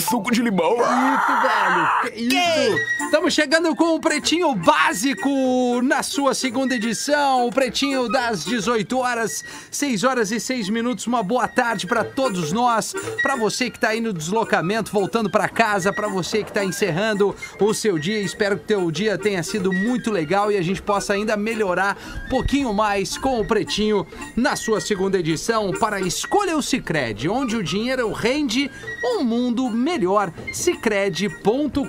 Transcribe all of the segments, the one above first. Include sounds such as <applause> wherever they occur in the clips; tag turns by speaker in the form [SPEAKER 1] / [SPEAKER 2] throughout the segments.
[SPEAKER 1] suco de limão.
[SPEAKER 2] Isso, velho! Que isso! Estamos chegando com o Pretinho Básico na sua segunda edição. O Pretinho das 18 horas, 6 horas e 6 minutos. Uma boa tarde para todos nós. Para você que tá aí no deslocamento, voltando para casa, para você que tá encerrando o seu dia. Espero que teu dia tenha sido muito legal e a gente possa ainda melhorar um pouquinho mais com o Pretinho na sua segunda edição para Escolha o Cicred, onde o dinheiro rende um mundo melhor. Cicred.com.br.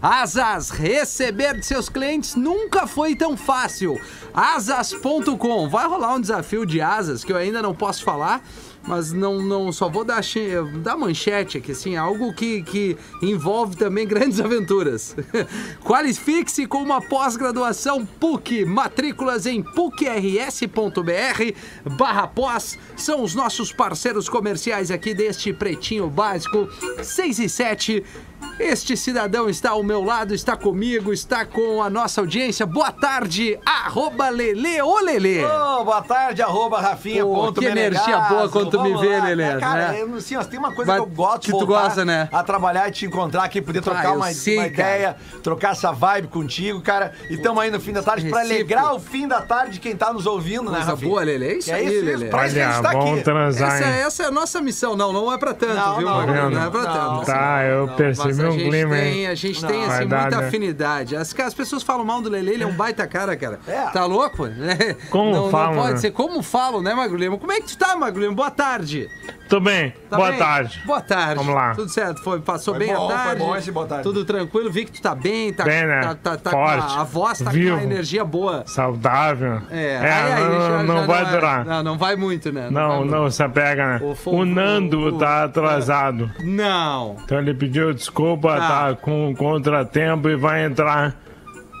[SPEAKER 2] Asas, receber de seus clientes nunca foi tão fácil. Asas.com. Vai rolar um desafio de asas que eu ainda não posso falar. Mas não, não só vou dar, chi- dar manchete aqui, assim, algo que, que envolve também <laughs> grandes aventuras. <laughs> Qualifique-se com uma pós-graduação PUC. Matrículas em pucrs.br barra pós. São os nossos parceiros comerciais aqui deste Pretinho Básico 6 e 7. Este cidadão está ao meu lado, está comigo, está com a nossa audiência. Boa tarde, arroba Lele, ô Lele.
[SPEAKER 3] Ô, boa tarde, arroba Rafinha.
[SPEAKER 2] Pô,
[SPEAKER 3] ponto
[SPEAKER 2] que
[SPEAKER 3] Menegasso.
[SPEAKER 2] energia boa quando tu me
[SPEAKER 3] Vamos
[SPEAKER 2] vê,
[SPEAKER 3] lá.
[SPEAKER 2] Lelê,
[SPEAKER 3] Cara,
[SPEAKER 2] né?
[SPEAKER 3] eu, assim, ó, tem uma coisa
[SPEAKER 2] Mas
[SPEAKER 3] que eu gosto de
[SPEAKER 2] que tu
[SPEAKER 3] voltar
[SPEAKER 2] gosta, né?
[SPEAKER 3] a trabalhar e te encontrar aqui, poder trocar
[SPEAKER 2] Ah, eu
[SPEAKER 3] uma,
[SPEAKER 2] sei,
[SPEAKER 3] uma
[SPEAKER 2] cara.
[SPEAKER 3] ideia, trocar essa vibe contigo, cara. E tamo aí no fim da tarde pra
[SPEAKER 2] Recíproco.
[SPEAKER 3] alegrar o fim da tarde de quem tá nos ouvindo, né,
[SPEAKER 2] Coisa
[SPEAKER 3] Rafinha?
[SPEAKER 2] boa, Lelê. É isso aí, Lelê.
[SPEAKER 3] pra isso que a gente tá
[SPEAKER 4] bom
[SPEAKER 3] aqui.
[SPEAKER 4] transar,
[SPEAKER 2] Essa,
[SPEAKER 4] hein?
[SPEAKER 2] essa é a nossa missão, não, não é pra tanto,
[SPEAKER 3] Não,
[SPEAKER 2] viu?
[SPEAKER 3] não,
[SPEAKER 2] Mauro?
[SPEAKER 4] não,
[SPEAKER 2] é pra
[SPEAKER 3] não.
[SPEAKER 2] tanto.
[SPEAKER 4] Tá, eu percebi
[SPEAKER 2] Mas a
[SPEAKER 4] um
[SPEAKER 2] gente
[SPEAKER 4] clima,
[SPEAKER 2] tem,
[SPEAKER 4] hein?
[SPEAKER 2] a gente tem
[SPEAKER 4] Vai
[SPEAKER 2] assim,
[SPEAKER 4] dar,
[SPEAKER 2] muita
[SPEAKER 4] né?
[SPEAKER 2] afinidade. As, as pessoas falam mal do Lele, ele é um baita cara, cara.
[SPEAKER 3] É.
[SPEAKER 2] Tá louco? É.
[SPEAKER 4] Como
[SPEAKER 2] não,
[SPEAKER 4] falam,
[SPEAKER 2] Não pode
[SPEAKER 4] né?
[SPEAKER 2] ser. Como falam, né, Magro Lima? Como é que tu tá, Magro Lima? Boa tarde.
[SPEAKER 4] Tudo bem,
[SPEAKER 2] Tá
[SPEAKER 4] boa
[SPEAKER 2] bem?
[SPEAKER 4] tarde.
[SPEAKER 2] Boa tarde.
[SPEAKER 4] Vamos lá.
[SPEAKER 2] Tudo certo? Foi, passou
[SPEAKER 3] Foi
[SPEAKER 2] bem
[SPEAKER 3] bom,
[SPEAKER 2] a
[SPEAKER 3] foi
[SPEAKER 2] tarde?
[SPEAKER 3] bom esse boa tarde.
[SPEAKER 2] Tudo tranquilo? Vi que tu tá bem, tá,
[SPEAKER 4] Bem, né?
[SPEAKER 2] tá, tá, tá
[SPEAKER 4] Forte,
[SPEAKER 2] com a, a voz, tá com
[SPEAKER 4] vivo.
[SPEAKER 2] uma energia boa.
[SPEAKER 4] Saudável.
[SPEAKER 2] É,
[SPEAKER 4] É,
[SPEAKER 2] ai, ai,
[SPEAKER 4] não,
[SPEAKER 2] já- já
[SPEAKER 4] não vai
[SPEAKER 2] é-
[SPEAKER 4] durar. Não,
[SPEAKER 2] Não, não vai muito, né? vai
[SPEAKER 4] não,
[SPEAKER 2] muito.
[SPEAKER 4] se apega, né?
[SPEAKER 2] O fo-
[SPEAKER 4] O Nando
[SPEAKER 2] o-
[SPEAKER 4] tá atrasado.
[SPEAKER 2] Não.
[SPEAKER 4] Então ele pediu desculpa,
[SPEAKER 2] Tá.
[SPEAKER 4] tá com contratempo e vai entrar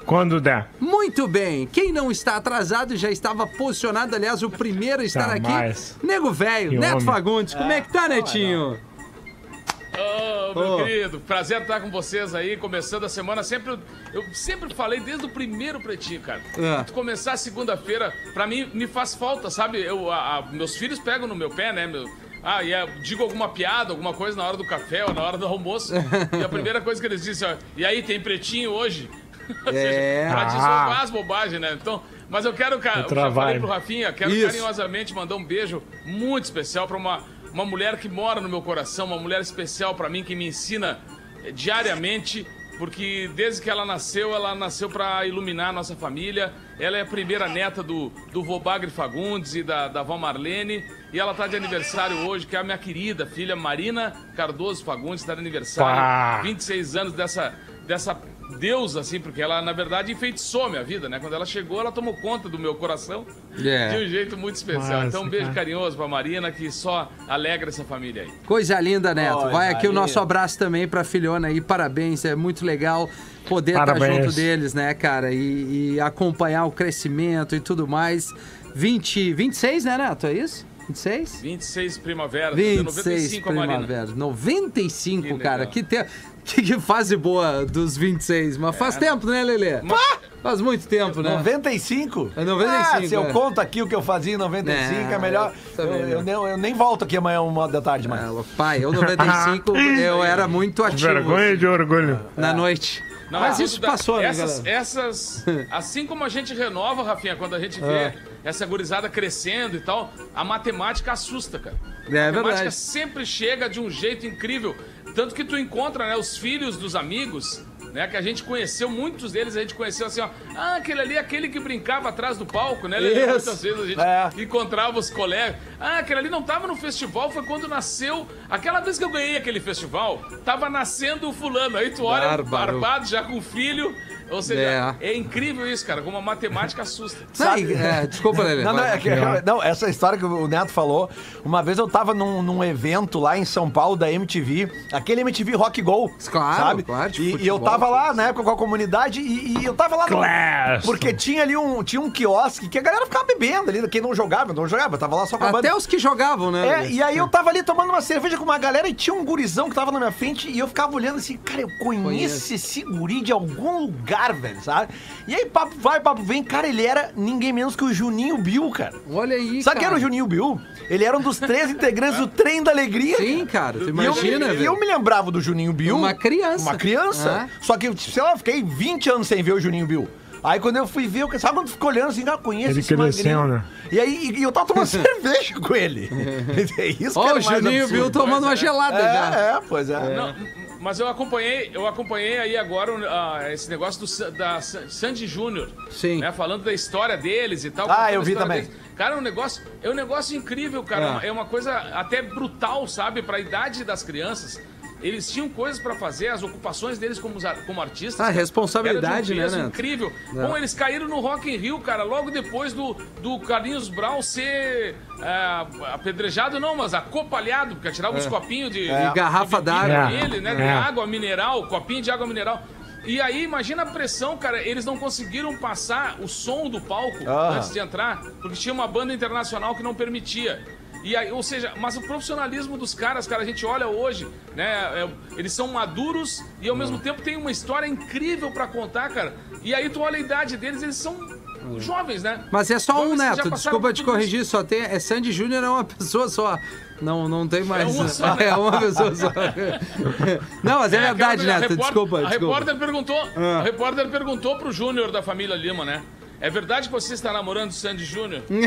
[SPEAKER 4] quando der.
[SPEAKER 2] Muito bem. Quem não está atrasado já estava posicionado. Aliás, o primeiro a estar
[SPEAKER 4] Jamais.
[SPEAKER 2] aqui. Nego Velho,
[SPEAKER 4] Que
[SPEAKER 2] Neto
[SPEAKER 4] homem.
[SPEAKER 2] Fagundes. Como é que tá, Netinho?
[SPEAKER 5] Ô, meu
[SPEAKER 2] Ô.
[SPEAKER 5] querido, prazer estar com vocês aí, começando a semana. Sempre, eu sempre falei desde o primeiro pretinho, cara.
[SPEAKER 2] É.
[SPEAKER 5] Tu começar a segunda-feira, pra mim, me faz falta, sabe? Eu, a- a- meus filhos pegam no meu pé, né? Meu, ah, e é, digo alguma piada, alguma coisa na hora do café ou na hora do almoço.
[SPEAKER 2] <laughs>
[SPEAKER 5] e a primeira coisa que eles dizem, ó, e aí, tem pretinho hoje? <laughs> Ou
[SPEAKER 2] É.
[SPEAKER 5] pra
[SPEAKER 4] Ah.
[SPEAKER 5] desovar as bobagens, né? Então, mas eu quero, cara, eu
[SPEAKER 4] Outra
[SPEAKER 5] já falei
[SPEAKER 4] vibe.
[SPEAKER 5] pro Rafinha, quero
[SPEAKER 2] Isso.
[SPEAKER 5] carinhosamente mandar um beijo muito especial para uma, uma mulher que mora no meu coração, uma mulher especial para mim que me ensina eh, diariamente, porque desde que ela nasceu, ela nasceu para iluminar a nossa família. Ela é a primeira neta do, do Vobagre Fagundes e da, da Val Marlene, e ela tá de aniversário hoje, que é a minha querida filha Marina Cardoso Fagundes, tá de
[SPEAKER 4] Pá.
[SPEAKER 5] aniversário, 26 anos dessa, dessa deusa, assim, porque ela, na verdade, enfeitiçou a minha vida, né? Quando ela chegou, ela tomou conta do meu coração
[SPEAKER 2] É.
[SPEAKER 5] de um jeito muito especial.
[SPEAKER 4] Massa,
[SPEAKER 5] então, um beijo
[SPEAKER 4] cara.
[SPEAKER 5] carinhoso pra Marina, que só alegra essa família aí.
[SPEAKER 2] Coisa linda, Neto.
[SPEAKER 3] Coisa
[SPEAKER 2] Vai aqui o nosso
[SPEAKER 3] linda.
[SPEAKER 2] abraço também pra filhona aí. Parabéns, é muito legal poder estar
[SPEAKER 4] Parabéns.
[SPEAKER 2] junto deles, né, cara? E, e acompanhar o crescimento e tudo mais. 20, 26, né, Neto? É isso? 26?
[SPEAKER 5] 26 primavera,
[SPEAKER 2] 26
[SPEAKER 5] a Marina.
[SPEAKER 2] primavera. 95,
[SPEAKER 5] Que
[SPEAKER 2] cara.
[SPEAKER 5] legal.
[SPEAKER 2] Que, te... <laughs> que, que fase boa dos 26. Mas faz
[SPEAKER 5] É.
[SPEAKER 2] tempo, né, Lelê? Faz muito tempo, né?
[SPEAKER 3] 95?
[SPEAKER 2] É 95,
[SPEAKER 3] Ah, se eu
[SPEAKER 2] é.
[SPEAKER 3] conto aqui o que eu fazia em 95, é,
[SPEAKER 2] É,
[SPEAKER 3] melhor.
[SPEAKER 2] eu
[SPEAKER 3] Eu,
[SPEAKER 2] também,
[SPEAKER 3] eu nem, eu nem volto aqui amanhã, uma da tarde, mais.
[SPEAKER 2] Ah, Pai, eu 95, eu era muito ativo
[SPEAKER 4] Vergonha
[SPEAKER 2] assim,
[SPEAKER 4] de orgulho.
[SPEAKER 2] na noite.
[SPEAKER 5] Não,
[SPEAKER 2] Mas
[SPEAKER 5] é
[SPEAKER 2] isso
[SPEAKER 5] tudo da-
[SPEAKER 2] passou, né,
[SPEAKER 5] essas,
[SPEAKER 2] galera? <laughs>
[SPEAKER 5] essas, assim como a gente renova, Rafinha, quando a gente vê
[SPEAKER 2] É.
[SPEAKER 5] essa gurizada crescendo e tal, a matemática assusta, cara.
[SPEAKER 2] É
[SPEAKER 5] a matemática
[SPEAKER 2] verdade.
[SPEAKER 5] sempre chega de um jeito incrível. Tanto que tu encontra, né, os filhos dos amigos, né, que a gente conheceu, muitos deles a gente conheceu assim, ó, ah, aquele ali, é aquele que brincava atrás do palco, né? Lelê?
[SPEAKER 2] Isso.
[SPEAKER 5] Muitas vezes a gente
[SPEAKER 3] É.
[SPEAKER 5] encontrava os colegas. Ah, aquele ali não tava no festival, foi quando nasceu, aquela vez que eu ganhei aquele festival, tava nascendo o fulano, aí tu olha,
[SPEAKER 2] Bárbaro.
[SPEAKER 5] barbado, já com filho, ou seja, é, incrível isso, cara, como a matemática assusta.
[SPEAKER 2] Não,
[SPEAKER 3] sabe?
[SPEAKER 2] e- é, desculpa, Lelê.
[SPEAKER 3] Não, não,
[SPEAKER 2] vai.
[SPEAKER 3] é que- não, essa história que o Neto falou, uma vez eu tava num, num evento lá em São Paulo da MTV, aquele MTV Rock Go.
[SPEAKER 2] Claro,
[SPEAKER 3] sabe?
[SPEAKER 2] claro, de
[SPEAKER 3] E, e eu
[SPEAKER 2] futebol,
[SPEAKER 3] tava lá na época com a comunidade e, e eu tava lá no-
[SPEAKER 4] Claro.
[SPEAKER 3] Porque tinha ali um, tinha um quiosque que a galera ficava bebendo ali, quem não jogava, não jogava, tava lá só com a banda.
[SPEAKER 2] Até os que jogavam, né?
[SPEAKER 3] É,
[SPEAKER 2] Lelê?
[SPEAKER 3] e aí eu tava ali tomando uma cerveja com uma galera e tinha um gurizão que tava na minha frente e eu ficava olhando assim, cara, eu conheço,
[SPEAKER 2] Conheço.
[SPEAKER 3] esse guri de algum lugar, velho, sabe? E aí papo vai, papo vem, cara, ele era ninguém menos que o Juninho Bill, cara.
[SPEAKER 2] Olha aí,
[SPEAKER 3] Sabe
[SPEAKER 2] cara.
[SPEAKER 3] quem era o Juninho Bill? Ele era um dos três integrantes do Trem da Alegria.
[SPEAKER 2] Sim, cara, tu
[SPEAKER 3] E eu-
[SPEAKER 2] imagina,
[SPEAKER 3] e eu,
[SPEAKER 2] velho.
[SPEAKER 3] me lembrava do Juninho Bill.
[SPEAKER 2] Uma criança.
[SPEAKER 3] Uma criança.
[SPEAKER 2] É.
[SPEAKER 3] Só que, tipo, sei lá, eu fiquei 20 anos sem ver o Juninho Bill. Aí quando eu fui ver, eu, sabe quando ficou olhando assim, ah, conheço
[SPEAKER 4] Ele
[SPEAKER 3] esse magrinho.
[SPEAKER 4] cresceu, né?
[SPEAKER 3] E aí e- e eu
[SPEAKER 2] <laughs>
[SPEAKER 3] tava tomando cerveja com ele. É isso que
[SPEAKER 2] Ó,
[SPEAKER 3] era
[SPEAKER 2] o
[SPEAKER 3] mais
[SPEAKER 2] Juninho
[SPEAKER 3] absurdo.
[SPEAKER 2] viu tomando uma gelada já.
[SPEAKER 3] É, é, pois é.
[SPEAKER 5] Não, mas eu acompanhei, eu acompanhei aí agora ah, esse negócio do, Sa- da Sa- Sandy Júnior.
[SPEAKER 2] Sim.
[SPEAKER 5] Né, falando da história deles e tal.
[SPEAKER 3] Ah,
[SPEAKER 5] contando
[SPEAKER 3] eu
[SPEAKER 5] a
[SPEAKER 3] vi
[SPEAKER 5] história
[SPEAKER 3] também.
[SPEAKER 5] Cara, é um negócio, é um negócio incrível, cara. É, uma coisa até brutal, sabe, pra idade das crianças. Eles tinham coisas pra fazer, as ocupações deles como, os ar- como artistas.
[SPEAKER 2] Ah,
[SPEAKER 5] cara,
[SPEAKER 2] responsabilidade,
[SPEAKER 5] era de um
[SPEAKER 2] né,
[SPEAKER 5] peso
[SPEAKER 2] Neto?
[SPEAKER 5] incrível.
[SPEAKER 2] É.
[SPEAKER 5] Bom, eles caíram no Rock in Rio, cara, logo depois do, do Carlinhos Brown ser ah, apedrejado, não, mas acopalhado, porque atiravam uns copinhos de,
[SPEAKER 2] E garrafa d'água.
[SPEAKER 4] É.
[SPEAKER 5] ele, né?
[SPEAKER 4] É.
[SPEAKER 5] De água mineral, copinho de água mineral. E aí, imagina a pressão, cara. Eles não conseguiram passar o som do palco
[SPEAKER 3] Ah.
[SPEAKER 5] antes de entrar, porque tinha uma banda internacional que não permitia. E aí, ou seja, mas o profissionalismo dos caras, cara, a gente olha hoje, né? é, eles são maduros e ao
[SPEAKER 4] Hum.
[SPEAKER 5] mesmo tempo tem uma história incrível pra contar, cara. E aí tu olha a idade deles, eles são
[SPEAKER 4] Hum.
[SPEAKER 5] jovens, né?
[SPEAKER 2] Mas é só um,
[SPEAKER 5] Jovens que já
[SPEAKER 2] Neto.
[SPEAKER 5] passaram
[SPEAKER 2] Desculpa
[SPEAKER 5] por
[SPEAKER 2] te
[SPEAKER 5] tudo isso.
[SPEAKER 2] corrigir, só tem. É Sandy Júnior é uma <laughs> pessoa só. Não, não tem mais.
[SPEAKER 5] uma só,
[SPEAKER 2] <laughs>
[SPEAKER 5] né?
[SPEAKER 2] É uma pessoa só. Não, mas é,
[SPEAKER 5] aquela-
[SPEAKER 2] verdade,
[SPEAKER 5] a
[SPEAKER 2] Neto.
[SPEAKER 5] repórter-
[SPEAKER 2] desculpa,
[SPEAKER 5] A
[SPEAKER 2] desculpa. Ah.
[SPEAKER 5] repórter perguntou, a repórter perguntou pro Júnior da família Lima, né? É verdade que você está namorando o Sandy Júnior?
[SPEAKER 2] <laughs>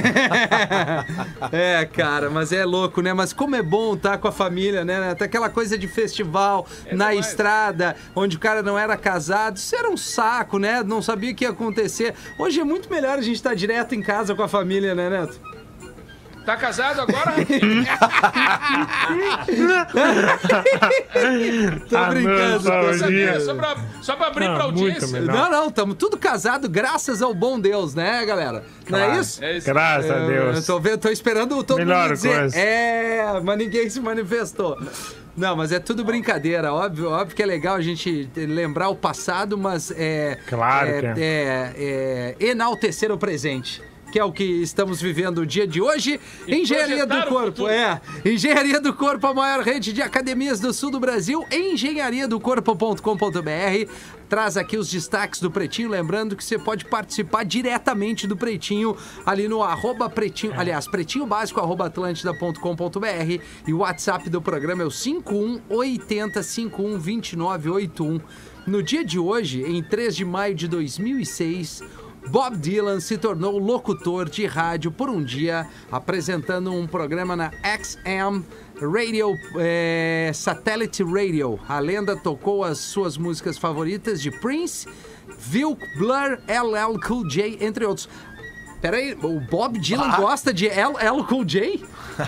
[SPEAKER 2] É, cara, mas é louco, né? Mas como é bom estar com a família, né? Neto? Aquela coisa de festival, na
[SPEAKER 5] demais.
[SPEAKER 2] estrada, onde o cara não era casado, isso era um saco, né? Não sabia o que ia acontecer. Hoje é muito melhor a gente estar direto em casa com a família, né, Neto?
[SPEAKER 5] Tá casado agora?
[SPEAKER 2] <laughs>
[SPEAKER 5] Rafinha?
[SPEAKER 2] Tô
[SPEAKER 4] Ah, não,
[SPEAKER 2] brincando,
[SPEAKER 4] só
[SPEAKER 2] tô sabendo.
[SPEAKER 4] hoje.
[SPEAKER 5] Sabia? é só, pra, só pra abrir
[SPEAKER 4] Ah,
[SPEAKER 5] pra
[SPEAKER 4] muito
[SPEAKER 5] audiência.
[SPEAKER 4] melhor.
[SPEAKER 2] Não, não, estamos tudo casado, graças ao bom Deus, né, galera? Não é
[SPEAKER 4] Claro.
[SPEAKER 2] isso?
[SPEAKER 5] É isso.
[SPEAKER 4] Graças a
[SPEAKER 2] Eu- Eu
[SPEAKER 4] Deus.
[SPEAKER 2] tô, vendo, tô esperando todo
[SPEAKER 4] Melhor
[SPEAKER 2] mundo dizer.
[SPEAKER 4] coisa.
[SPEAKER 2] É, mas ninguém se manifestou. Não, mas é tudo brincadeira. Óbvio, óbvio que é legal a gente lembrar o passado, mas é.
[SPEAKER 4] Claro
[SPEAKER 2] é,
[SPEAKER 4] que é.
[SPEAKER 2] é- é enaltecer o presente. Que é o que estamos vivendo o dia de hoje.
[SPEAKER 5] E
[SPEAKER 2] Engenharia do
[SPEAKER 5] projetar o
[SPEAKER 2] Corpo,
[SPEAKER 5] futuro.
[SPEAKER 2] é. Engenharia do Corpo, a maior rede de academias do sul do Brasil. Engenharia do Corpo.com.br traz aqui os destaques do Pretinho. Lembrando que você pode participar diretamente do Pretinho ali no arroba Pretinho, aliás, Pretinho Básico, arroba Atlântida.com.br e o WhatsApp do programa é o 5180 512981. No dia de hoje, em 3 de maio de 2006, Bob Dylan se tornou locutor de rádio por um dia, apresentando um programa na XM Radio eh, Satellite Radio. A lenda tocou as suas músicas favoritas de Prince, Vilk, Blur, LL Cool J, entre outros. Peraí, o Bob Dylan gosta de LL Cool J?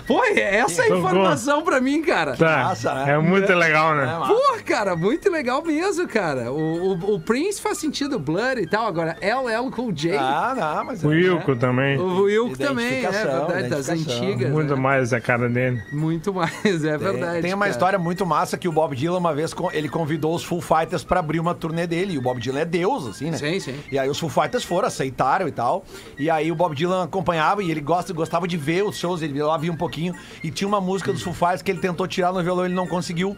[SPEAKER 2] Pô, é essa a
[SPEAKER 4] Tocou.
[SPEAKER 2] informação pra mim, cara.
[SPEAKER 4] Tá.
[SPEAKER 3] Massa, né?
[SPEAKER 4] É muito legal,
[SPEAKER 3] É,
[SPEAKER 4] né?
[SPEAKER 3] mano.
[SPEAKER 2] Pô, cara, muito legal mesmo, cara. O, o- o Prince faz sentido, Blur e tal. Agora, LL Cool J.
[SPEAKER 3] Ah, não, mas...
[SPEAKER 4] O Wilco também.
[SPEAKER 2] né?
[SPEAKER 3] <laughs>
[SPEAKER 2] O Wilco também, é
[SPEAKER 3] Identificação,
[SPEAKER 2] verdade, das
[SPEAKER 3] identificação.
[SPEAKER 2] antigas.
[SPEAKER 4] Muito
[SPEAKER 2] né?
[SPEAKER 4] mais a cara dele.
[SPEAKER 2] Muito mais, é verdade.
[SPEAKER 3] Tem uma
[SPEAKER 2] cara.
[SPEAKER 3] história muito massa que o Bob Dylan uma vez con- ele convidou os Full Fighters pra abrir uma turnê dele. E o Bob Dylan é Deus, assim, né?
[SPEAKER 2] Sim, sim.
[SPEAKER 3] E aí os Full Fighters foram, aceitaram e tal. E aí o Bob Dylan acompanhava e ele gosta, gostava de ver os shows, ele lá via um pouquinho. E tinha uma música dos Full Fighters que ele tentou tirar no violão, ele não conseguiu.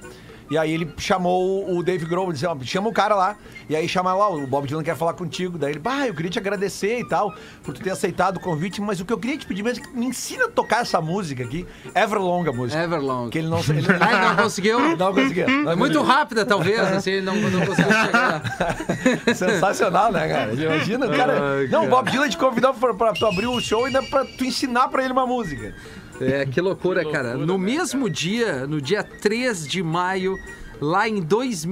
[SPEAKER 3] E aí ele chamou o Dave Grohl, disse, ó, chama o cara lá. E aí chama lá, o Bob Dylan quer falar contigo. Daí ele, bah, eu queria te agradecer e tal, por tu ter aceitado o convite. Mas o que eu queria te pedir mesmo é que me ensina a tocar essa música aqui. Everlong a música.
[SPEAKER 2] Everlong.
[SPEAKER 3] Que ele não... Ele não
[SPEAKER 2] Ah, não
[SPEAKER 3] <laughs>
[SPEAKER 2] conseguiu?
[SPEAKER 3] não conseguiu.
[SPEAKER 2] É muito rápida, talvez, assim, não, não conseguiu chegar.
[SPEAKER 3] <laughs> Sensacional, né, cara? Imagina o cara.
[SPEAKER 2] Ai,
[SPEAKER 3] Não,
[SPEAKER 2] cara.
[SPEAKER 3] o Bob Dylan te convidou pra, pra tu abrir o show e ainda pra tu ensinar pra ele uma música.
[SPEAKER 2] É, que loucura,
[SPEAKER 5] Que
[SPEAKER 2] cara.
[SPEAKER 5] loucura,
[SPEAKER 2] No
[SPEAKER 5] né,
[SPEAKER 2] mesmo dia, no dia 3 de maio, lá em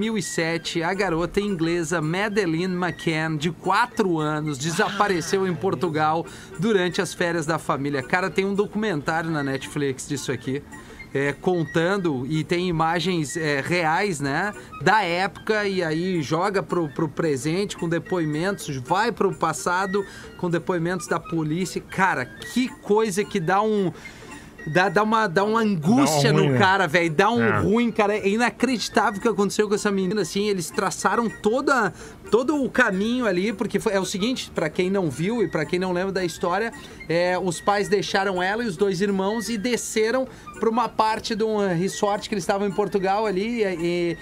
[SPEAKER 2] 2007, a garota inglesa Madeleine McCann, de 4 anos, desapareceu em Portugal durante as férias da família. Cara, tem um documentário na Netflix disso aqui. é, contando e tem imagens é, reais, né? Da época e aí joga pro, pro presente com depoimentos, vai pro passado com depoimentos da polícia. Cara, que coisa que dá um. Dá, dá, uma, dá uma angústia
[SPEAKER 4] ruim,
[SPEAKER 2] no
[SPEAKER 4] né?
[SPEAKER 2] cara, velho. Dá um
[SPEAKER 4] É.
[SPEAKER 2] ruim, cara. É inacreditável o que aconteceu com essa menina, assim. Eles traçaram toda, todo o caminho ali, porque foi- é o seguinte, pra quem não viu e pra quem não lembra da história, é, os pais deixaram ela e os dois irmãos e desceram pra uma parte de um eh, resort que eles estavam em Portugal ali, e, e-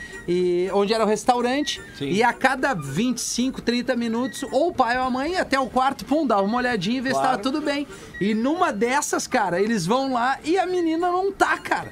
[SPEAKER 2] e- onde era o restaurante.
[SPEAKER 3] Sim.
[SPEAKER 2] E a cada 25, 30 minutos, ou o pai ou a mãe ia até o quarto, pum, dava uma olhadinha e vê se
[SPEAKER 3] Claro.
[SPEAKER 2] tava tudo bem. E numa dessas, cara, eles vão lá e a menina não tá, cara.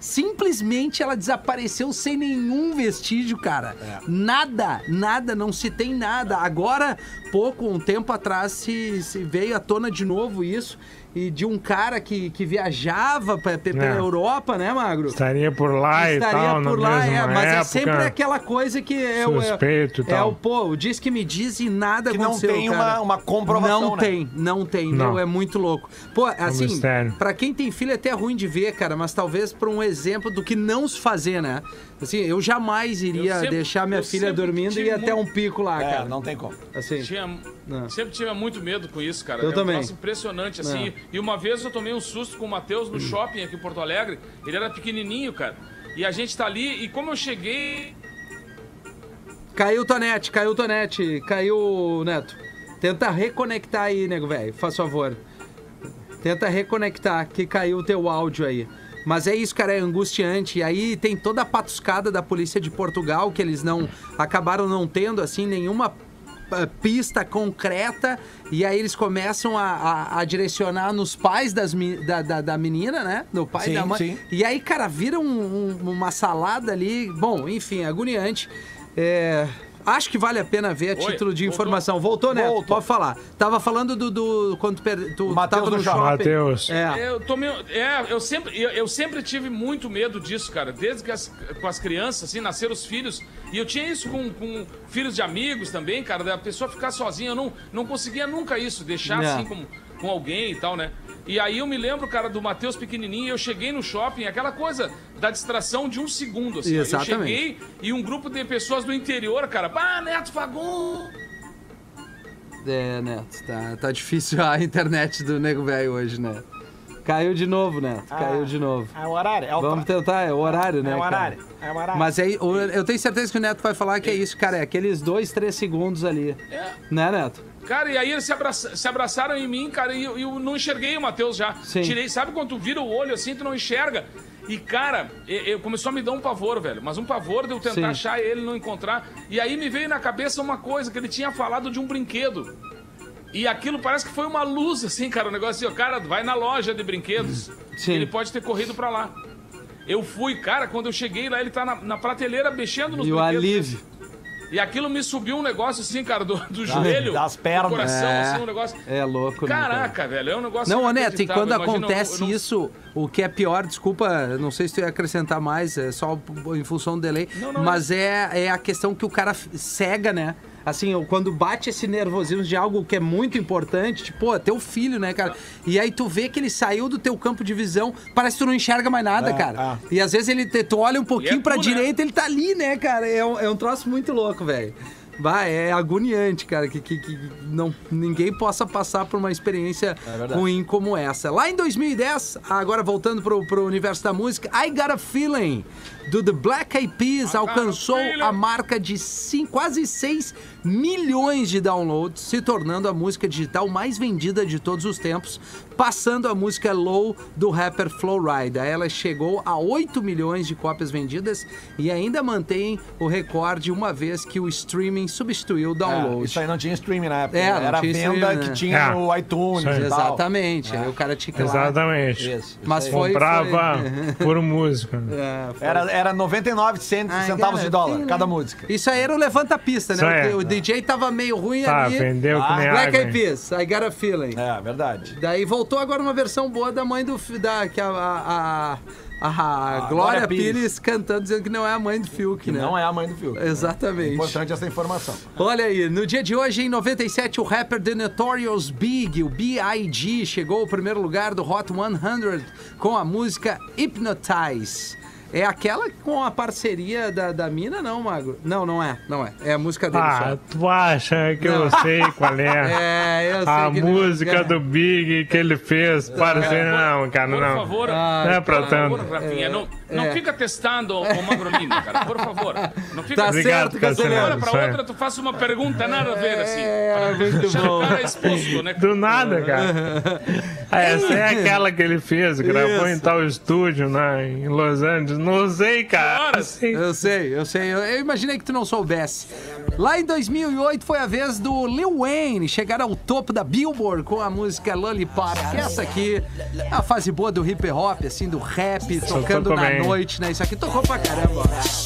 [SPEAKER 2] Simplesmente ela desapareceu sem nenhum vestígio, cara. Nada, nada, não se tem nada. Agora, pouco, um tempo atrás, se, se veio à tona de novo isso. E de um cara que, que viajava pra- pe- pela
[SPEAKER 4] É.
[SPEAKER 2] Europa, né, Magro?
[SPEAKER 4] Estaria por lá e
[SPEAKER 2] Estaria
[SPEAKER 4] tal, na
[SPEAKER 2] por lá,
[SPEAKER 4] mesma
[SPEAKER 2] é,
[SPEAKER 4] época.
[SPEAKER 2] mas é sempre aquela coisa que é o. é-
[SPEAKER 4] Suspeito e
[SPEAKER 2] É
[SPEAKER 4] tal.
[SPEAKER 2] o pô, o diz que me diz e nada
[SPEAKER 3] Que não
[SPEAKER 2] aconteceu.
[SPEAKER 3] tem
[SPEAKER 2] cara.
[SPEAKER 3] uma- uma comprovação,
[SPEAKER 2] Não
[SPEAKER 3] né?
[SPEAKER 2] tem, não tem,
[SPEAKER 4] Não. É um
[SPEAKER 2] não. É muito louco. Pô, assim,
[SPEAKER 4] mistério.
[SPEAKER 2] pra quem tem filho é até ruim de ver, cara, mas talvez pra um exemplo do que não se fazer, né? Assim, eu jamais iria
[SPEAKER 5] sempre-
[SPEAKER 2] deixar minha
[SPEAKER 5] eu
[SPEAKER 2] filha
[SPEAKER 5] sempre
[SPEAKER 2] dormindo e
[SPEAKER 5] tive
[SPEAKER 2] ir até um
[SPEAKER 5] muito-
[SPEAKER 2] pico lá,
[SPEAKER 3] É,
[SPEAKER 2] cara.
[SPEAKER 3] não tem como.
[SPEAKER 2] Assim.
[SPEAKER 5] Tinha,
[SPEAKER 2] Não.
[SPEAKER 5] sempre tive muito medo com isso, cara.
[SPEAKER 2] Eu
[SPEAKER 5] é
[SPEAKER 2] também. Ah.
[SPEAKER 5] Um troço impressionante, assim.
[SPEAKER 2] Não.
[SPEAKER 5] E uma vez eu tomei um susto com o Matheus no
[SPEAKER 2] Hum.
[SPEAKER 5] shopping aqui em Porto Alegre. Ele era pequenininho, cara. E a gente tá ali, e como eu cheguei,
[SPEAKER 2] Caiu o Tonete, caiu o Tonete, caiu o Neto. Tenta reconectar aí, nego velho, faz favor. Tenta reconectar, que caiu o teu áudio aí. Mas é isso, cara, é angustiante. E aí tem toda a patuscada da polícia de Portugal, que eles não acabaram não tendo, assim, nenhuma eh, pista concreta. E aí eles começam a, a- a direcionar nos pais das, me- da, da, da menina, né? No pai
[SPEAKER 3] Sim,
[SPEAKER 2] da mãe.
[SPEAKER 3] sim.
[SPEAKER 2] E aí, cara, vira um- um- uma salada ali. Bom, enfim, agoniante. É, Acho que vale a pena ver a
[SPEAKER 5] Oi,
[SPEAKER 2] título de
[SPEAKER 5] voltou?
[SPEAKER 2] informação. Voltou, né?
[SPEAKER 3] Voltou.
[SPEAKER 2] Pode falar. Tava falando do. do quando per... tu
[SPEAKER 3] Mateus
[SPEAKER 2] tava no
[SPEAKER 3] do Chá.
[SPEAKER 2] shopping.
[SPEAKER 4] Mateus.
[SPEAKER 2] É.
[SPEAKER 5] Eu tomei. É, eu sempre, eu, eu sempre tive muito medo disso, cara. Desde que as, com as crianças, assim, nasceram os filhos. E eu tinha isso com, com filhos de amigos também, cara. Da pessoa ficar sozinha. Eu não, não conseguia nunca isso, deixar
[SPEAKER 2] Não.
[SPEAKER 5] assim com, com alguém e tal, né? E aí eu me lembro, cara, do Matheus pequenininho. e Eu cheguei no shopping, aquela coisa da distração de um segundo, assim. ó. Eu
[SPEAKER 2] Exatamente.
[SPEAKER 5] cheguei e um grupo de pessoas do interior, cara. Ah, Neto Fagun!
[SPEAKER 2] É, Neto, tá, tá difícil a internet do nego velho hoje, né? Caiu de novo, Neto. Caiu de novo.
[SPEAKER 1] Ah, É o horário, é o
[SPEAKER 2] Vamos tentar, é o horário, né?
[SPEAKER 1] É o
[SPEAKER 2] cara?
[SPEAKER 1] horário, é o horário.
[SPEAKER 2] Mas aí, o- eu tenho certeza que o Neto vai falar que é isso, cara. É aqueles dois, três segundos ali.
[SPEAKER 5] É.
[SPEAKER 2] Né, Neto?
[SPEAKER 5] Cara, e aí eles se, abraça- se abraçaram em mim, cara, e eu, eu não enxerguei o Matheus já.
[SPEAKER 2] Sim.
[SPEAKER 5] Tirei, sabe quando tu vira o olho assim, tu não enxerga. E, cara, eu, eu- começou a me dar um pavor, velho. Mas um pavor de eu tentar
[SPEAKER 2] Sim.
[SPEAKER 5] achar ele, não encontrar. E aí me veio na cabeça uma coisa, que ele tinha falado de um brinquedo. E aquilo parece que foi uma luz, assim, cara. O negócio assim, ó, cara, vai na loja de brinquedos.
[SPEAKER 2] Sim.
[SPEAKER 5] Ele pode ter corrido pra lá. Eu fui, cara, quando eu cheguei lá, ele tá na, na prateleira mexendo nos
[SPEAKER 2] E o
[SPEAKER 5] brinquedos.
[SPEAKER 2] alívio.
[SPEAKER 5] E aquilo me subiu um negócio assim, cara, do, do joelho.
[SPEAKER 3] das
[SPEAKER 5] Do
[SPEAKER 3] pernas.
[SPEAKER 5] coração,
[SPEAKER 2] É.
[SPEAKER 5] assim, um negócio.
[SPEAKER 2] É louco, né, cara?
[SPEAKER 5] Caraca, velho, é um negócio.
[SPEAKER 2] Não, ô Neto, e
[SPEAKER 5] inacreditável.
[SPEAKER 2] quando
[SPEAKER 5] Imagina, eu-
[SPEAKER 2] acontece
[SPEAKER 5] eu não-
[SPEAKER 2] isso, o que é pior, desculpa, não sei se tu ia acrescentar mais, é só p- em função do delay,
[SPEAKER 5] Não, não,
[SPEAKER 2] mas é, é a questão que o cara f- cega, né? Assim, eu- quando bate esse nervosismo de algo que é muito importante, tipo, pô, teu filho, né, cara? E aí tu vê que ele saiu do teu campo de visão, parece que tu não enxerga mais nada, cara. E às vezes ele te- tu olha um pouquinho
[SPEAKER 5] tu,
[SPEAKER 2] pra
[SPEAKER 5] né?
[SPEAKER 2] direita, ele tá ali, né, cara? É um, é um troço muito louco, velho. Vai, é agoniante, cara, que, que, que não, ninguém possa passar por uma experiência
[SPEAKER 5] É
[SPEAKER 2] ruim como essa. Lá em 2010, agora voltando pro, pro universo da música, I Got a Feeling, do The Black Eyed Peas,
[SPEAKER 5] a
[SPEAKER 2] alcançou
[SPEAKER 5] Feeling.
[SPEAKER 2] a marca de cin- quase 6 milhões de downloads, se tornando a música digital mais vendida de todos os tempos, passando a música Low do rapper Flowrider. Ela chegou a 8 milhões de cópias vendidas e ainda mantém o recorde uma vez que o streaming substituiu o
[SPEAKER 3] É,
[SPEAKER 2] download.
[SPEAKER 3] isso aí não tinha streaming na época.
[SPEAKER 2] um É,
[SPEAKER 3] né?
[SPEAKER 2] não
[SPEAKER 3] Era
[SPEAKER 2] tinha
[SPEAKER 3] venda
[SPEAKER 2] streaming, né?
[SPEAKER 3] que tinha
[SPEAKER 4] É.
[SPEAKER 3] no iTunes
[SPEAKER 4] Isso aí.
[SPEAKER 3] e tal.
[SPEAKER 2] Exatamente, aí o cara tinha que ir lá.
[SPEAKER 4] Exatamente.
[SPEAKER 3] Isso.
[SPEAKER 2] Mas foi,
[SPEAKER 4] Comprava
[SPEAKER 2] foi...
[SPEAKER 4] por música. né?
[SPEAKER 2] É, foi-
[SPEAKER 3] Era, era 99 cent-
[SPEAKER 2] Ai,
[SPEAKER 3] centavos
[SPEAKER 2] cara,
[SPEAKER 3] de dólar
[SPEAKER 2] tem,
[SPEAKER 3] cada
[SPEAKER 2] né?
[SPEAKER 3] música.
[SPEAKER 2] Isso aí era o levanta-pista,
[SPEAKER 4] Isso
[SPEAKER 2] né?
[SPEAKER 4] é.
[SPEAKER 2] O, o DJ tava meio ruim
[SPEAKER 4] Tá,
[SPEAKER 2] ali.
[SPEAKER 4] vendeu que
[SPEAKER 3] Ah,
[SPEAKER 4] nem
[SPEAKER 2] Black
[SPEAKER 4] água.
[SPEAKER 2] Eyed
[SPEAKER 4] hein?
[SPEAKER 2] Peas, I Got a Feeling.
[SPEAKER 3] É, verdade.
[SPEAKER 2] Daí voltou agora uma versão boa da mãe do fi- da que a, a, a- a Glória
[SPEAKER 3] Glória
[SPEAKER 2] Pires.
[SPEAKER 3] é Pires.
[SPEAKER 2] cantando dizendo que não é a mãe do Fiuk,
[SPEAKER 3] Que
[SPEAKER 2] né?
[SPEAKER 3] não é a mãe do filme.
[SPEAKER 2] Exatamente.
[SPEAKER 3] Importante essa informação.
[SPEAKER 2] Olha aí, no dia de hoje, em 97, o rapper The Notorious Big, o B.I.G., chegou ao primeiro lugar do Hot 100 com a música Hypnotize. É aquela com a parceria da, da mina, não, Magro? Não, não é, não é. É a música dele
[SPEAKER 4] Ah, <laughs>
[SPEAKER 2] só.
[SPEAKER 4] tu acha que eu sei qual é?
[SPEAKER 2] <laughs> É, eu sei
[SPEAKER 4] A
[SPEAKER 2] que ele-
[SPEAKER 4] música
[SPEAKER 2] é.
[SPEAKER 4] do Big que ele fez, parece não, cara,
[SPEAKER 5] Por
[SPEAKER 4] não.
[SPEAKER 5] favor,
[SPEAKER 4] Não é pra
[SPEAKER 5] por favor,
[SPEAKER 4] tanto.
[SPEAKER 5] Rafinha, não, Não
[SPEAKER 2] É.
[SPEAKER 5] fica testando o, o Magrolino, cara, por favor. Não fica
[SPEAKER 2] Tá
[SPEAKER 5] De
[SPEAKER 4] Obrigado,
[SPEAKER 2] certo, Castanheira.
[SPEAKER 5] uma hora
[SPEAKER 4] Castanheira.
[SPEAKER 5] pra
[SPEAKER 4] Isso aí.
[SPEAKER 5] outra, tu faça uma pergunta nada a ver, assim.
[SPEAKER 2] É, muito
[SPEAKER 5] O
[SPEAKER 2] bom.
[SPEAKER 5] cara é exposto, né?
[SPEAKER 4] Do nada,
[SPEAKER 2] <laughs>
[SPEAKER 4] cara. Essa é aquela que ele fez, gravou em
[SPEAKER 2] Isso.
[SPEAKER 4] tal estúdio, né? Em Los Angeles. Não usei, cara.
[SPEAKER 5] Horas.
[SPEAKER 4] Assim,
[SPEAKER 2] Eu sei, eu sei. Eu, eu imaginei que tu não soubesse. Lá em 2008 foi a vez do Lil Wayne chegar ao topo da Billboard com a música Lollipop. Que é essa aqui é a fase boa do hip hop, assim, do rap, tocando na
[SPEAKER 4] também.
[SPEAKER 2] noite, né? Isso aqui tocou pra caramba.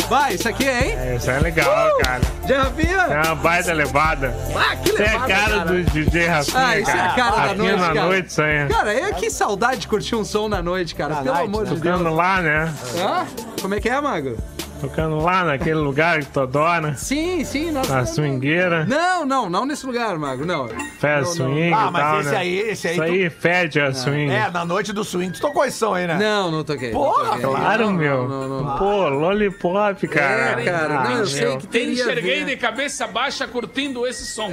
[SPEAKER 2] Vai, isso aqui, hein?
[SPEAKER 4] Essa é legal,
[SPEAKER 2] Uh!
[SPEAKER 4] cara.
[SPEAKER 2] Já
[SPEAKER 4] É
[SPEAKER 2] via?
[SPEAKER 4] uma baita levada.
[SPEAKER 2] Ah, que
[SPEAKER 4] Isso é
[SPEAKER 2] legal,
[SPEAKER 4] a cara do DJ Rafinha,
[SPEAKER 2] Ah, isso é a cara da
[SPEAKER 4] Rafinha
[SPEAKER 2] noite,
[SPEAKER 4] na
[SPEAKER 2] cara.
[SPEAKER 4] noite, isso aí. né?
[SPEAKER 2] Cara, eu que saudade de curtir um som na noite, cara.
[SPEAKER 3] Na
[SPEAKER 2] Pelo
[SPEAKER 3] night,
[SPEAKER 2] amor de Deus.
[SPEAKER 4] Tocando lá, né?
[SPEAKER 2] Hã? Como é que é, Mago?
[SPEAKER 4] Tocando lá naquele lugar que tu adora.
[SPEAKER 2] Sim, sim, nossa.
[SPEAKER 4] Na swingueira,
[SPEAKER 2] Não, não, não nesse lugar, Mago, não.
[SPEAKER 4] fez
[SPEAKER 2] Não, não.
[SPEAKER 4] swing
[SPEAKER 3] Ah,
[SPEAKER 4] e
[SPEAKER 3] mas
[SPEAKER 4] tal,
[SPEAKER 3] esse
[SPEAKER 4] né?
[SPEAKER 3] aí, esse aí
[SPEAKER 4] Isso aí fede a swing.
[SPEAKER 3] É, na noite do swing. Tu tocou esse som aí, né?
[SPEAKER 2] Não, não toquei. não
[SPEAKER 3] Porra,
[SPEAKER 2] toquei.
[SPEAKER 4] Claro,
[SPEAKER 2] Não,
[SPEAKER 4] meu.
[SPEAKER 2] Não, não, não.
[SPEAKER 4] Pô, lollipop, cara. Ah,
[SPEAKER 2] É, cara, não, eu
[SPEAKER 4] meu.
[SPEAKER 2] sei que teria a
[SPEAKER 5] Enxerguei
[SPEAKER 2] ver.
[SPEAKER 5] de cabeça baixa curtindo
[SPEAKER 2] <laughs>
[SPEAKER 5] esse som.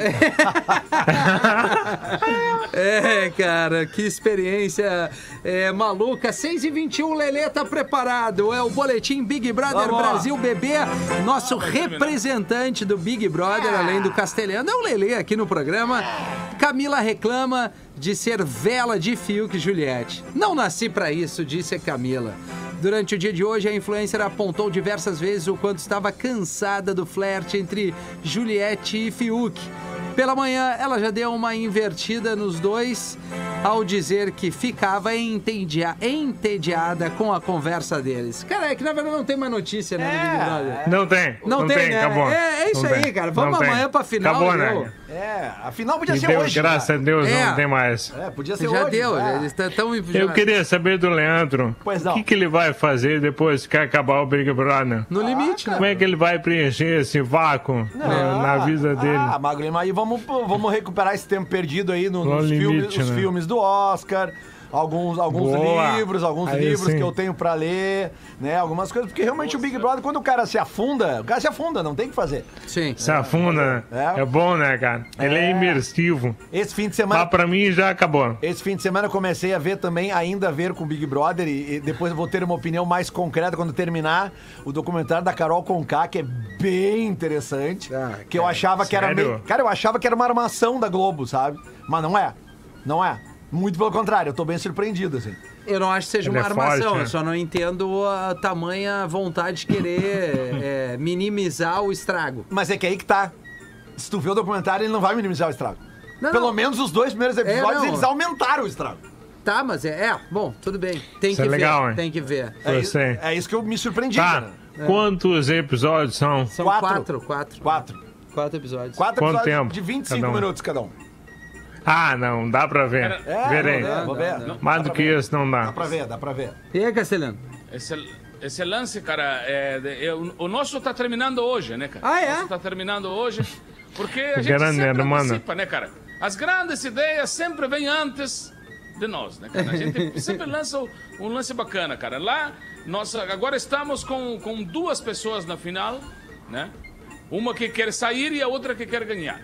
[SPEAKER 2] É, cara, que experiência é, maluca. 6 e 21 Lelê tá preparado. É o boletim Big Brother
[SPEAKER 3] Vamos lá.
[SPEAKER 2] Brasil BB. Nosso representante do Big Brother, além do castelhano, é o Lelê aqui no programa. Camila reclama de ser vela de Fiuk e Juliette. Não nasci pra isso, disse a Camila. Durante o dia de hoje, a influencer apontou diversas vezes o quanto estava cansada do flerte entre Juliette e Fiuk. Pela manhã, ela já deu uma invertida nos dois ao dizer que ficava entendia- entediada com a conversa deles. Cara, é que na verdade não tem mais notícia, né? do Big Brother.
[SPEAKER 4] Não tem.
[SPEAKER 2] Não tem, né?
[SPEAKER 4] acabou.
[SPEAKER 2] É- é isso
[SPEAKER 4] Não
[SPEAKER 2] aí,
[SPEAKER 4] tem.
[SPEAKER 2] cara. Vamos
[SPEAKER 4] Não tem.
[SPEAKER 2] amanhã pra final,
[SPEAKER 4] Acabou,
[SPEAKER 2] deu.
[SPEAKER 4] né?
[SPEAKER 3] É, afinal podia
[SPEAKER 4] E
[SPEAKER 3] ser
[SPEAKER 4] deu,
[SPEAKER 3] hoje.
[SPEAKER 4] graças
[SPEAKER 3] cara.
[SPEAKER 4] a Deus,
[SPEAKER 2] É.
[SPEAKER 4] não tem mais.
[SPEAKER 3] É, podia ser
[SPEAKER 2] Já
[SPEAKER 3] hoje.
[SPEAKER 2] deu,
[SPEAKER 3] é.
[SPEAKER 2] eles estão.
[SPEAKER 4] Eu queria saber do Leandro.
[SPEAKER 3] Pois não.
[SPEAKER 4] O que, que ele vai fazer depois que acabar o Big Brother?
[SPEAKER 2] No limite, né?
[SPEAKER 4] Como é que ele vai preencher esse vácuo né, na vida dele?
[SPEAKER 3] Ah, Magrinho, aí vamos, vamos recuperar esse tempo perdido aí no-
[SPEAKER 4] No
[SPEAKER 3] nos filmes,
[SPEAKER 4] limite,
[SPEAKER 3] os
[SPEAKER 4] né?
[SPEAKER 3] filmes do Oscar, alguns, alguns
[SPEAKER 4] Boa.
[SPEAKER 3] livros, alguns
[SPEAKER 4] Aí
[SPEAKER 3] livros
[SPEAKER 4] sim.
[SPEAKER 3] que eu tenho pra ler, né? Algumas coisas, porque realmente o Big Brother, quando o cara se afunda, o cara se afunda, não tem o que fazer.
[SPEAKER 2] né? Sim.
[SPEAKER 4] Se afunda, né?
[SPEAKER 3] É.
[SPEAKER 4] É. bom, né, cara? Ele é,
[SPEAKER 3] É.
[SPEAKER 4] imersivo.
[SPEAKER 3] Esse fim de
[SPEAKER 4] Mas
[SPEAKER 3] semana.
[SPEAKER 4] pra mim já acabou.
[SPEAKER 3] Esse fim de semana eu comecei a ver também, ainda a ver com o Big Brother, e, e depois eu vou ter uma opinião mais concreta quando terminar o documentário da Carol Conká, que é bem interessante.
[SPEAKER 2] Ah,
[SPEAKER 3] que eu achava que era
[SPEAKER 4] sério?
[SPEAKER 3] meio. Cara, eu achava que era uma armação da Globo, sabe? Mas não é. Não é. Muito pelo contrário, eu tô bem surpreendido, assim.
[SPEAKER 2] Eu não acho que seja
[SPEAKER 4] Ele
[SPEAKER 2] uma
[SPEAKER 4] é
[SPEAKER 2] armação,
[SPEAKER 4] forte, né?
[SPEAKER 2] eu só não entendo a tamanha vontade de <laughs> querer é, minimizar o estrago.
[SPEAKER 3] Mas é que aí que tá. Se tu vê o documentário, ele não vai minimizar o estrago.
[SPEAKER 2] Não,
[SPEAKER 3] pelo
[SPEAKER 2] não. É,
[SPEAKER 3] menos os dois primeiros episódios,
[SPEAKER 2] não.
[SPEAKER 3] eles aumentaram o estrago.
[SPEAKER 2] Tá, mas é. é, bom, tudo bem. Tem
[SPEAKER 4] Isso
[SPEAKER 2] que
[SPEAKER 4] é legal,
[SPEAKER 2] ver.
[SPEAKER 4] hein?
[SPEAKER 2] Tem que ver.
[SPEAKER 3] É,
[SPEAKER 4] Eu
[SPEAKER 3] isso-
[SPEAKER 4] sei.
[SPEAKER 3] é isso que eu me surpreendi.
[SPEAKER 4] Tá.
[SPEAKER 3] cara.
[SPEAKER 4] Quantos episódios são?
[SPEAKER 2] São
[SPEAKER 3] Quatro.
[SPEAKER 2] quatro, quatro.
[SPEAKER 3] Quatro.
[SPEAKER 2] Quatro episódios.
[SPEAKER 3] Quatro
[SPEAKER 4] Quanto
[SPEAKER 3] episódios
[SPEAKER 4] tempo
[SPEAKER 3] de 25
[SPEAKER 4] cada um?
[SPEAKER 3] minutos cada um.
[SPEAKER 4] Ah, não, dá pra ver.
[SPEAKER 5] Era-
[SPEAKER 4] Verei.
[SPEAKER 3] não dá, É, vou ver.
[SPEAKER 2] Dá, dá.
[SPEAKER 4] Mais do que isso, não dá.
[SPEAKER 3] Dá pra ver, dá pra ver.
[SPEAKER 2] E aí, Castelhano?
[SPEAKER 5] Esse, esse lance, cara, é, de- é, o, o nosso tá terminando hoje, né, cara?
[SPEAKER 2] Ah, é?
[SPEAKER 5] O nosso tá terminando hoje, porque
[SPEAKER 4] <laughs>
[SPEAKER 5] a gente
[SPEAKER 4] Grande,
[SPEAKER 5] sempre
[SPEAKER 4] hermano.
[SPEAKER 5] antecipa, né, cara? As grandes ideias sempre vêm antes de nós, né, cara?
[SPEAKER 2] <laughs>
[SPEAKER 5] A gente sempre lança o- um lance bacana, cara. Lá, nós agora estamos com, com duas pessoas na final, né? Uma que quer sair e a outra que quer ganhar.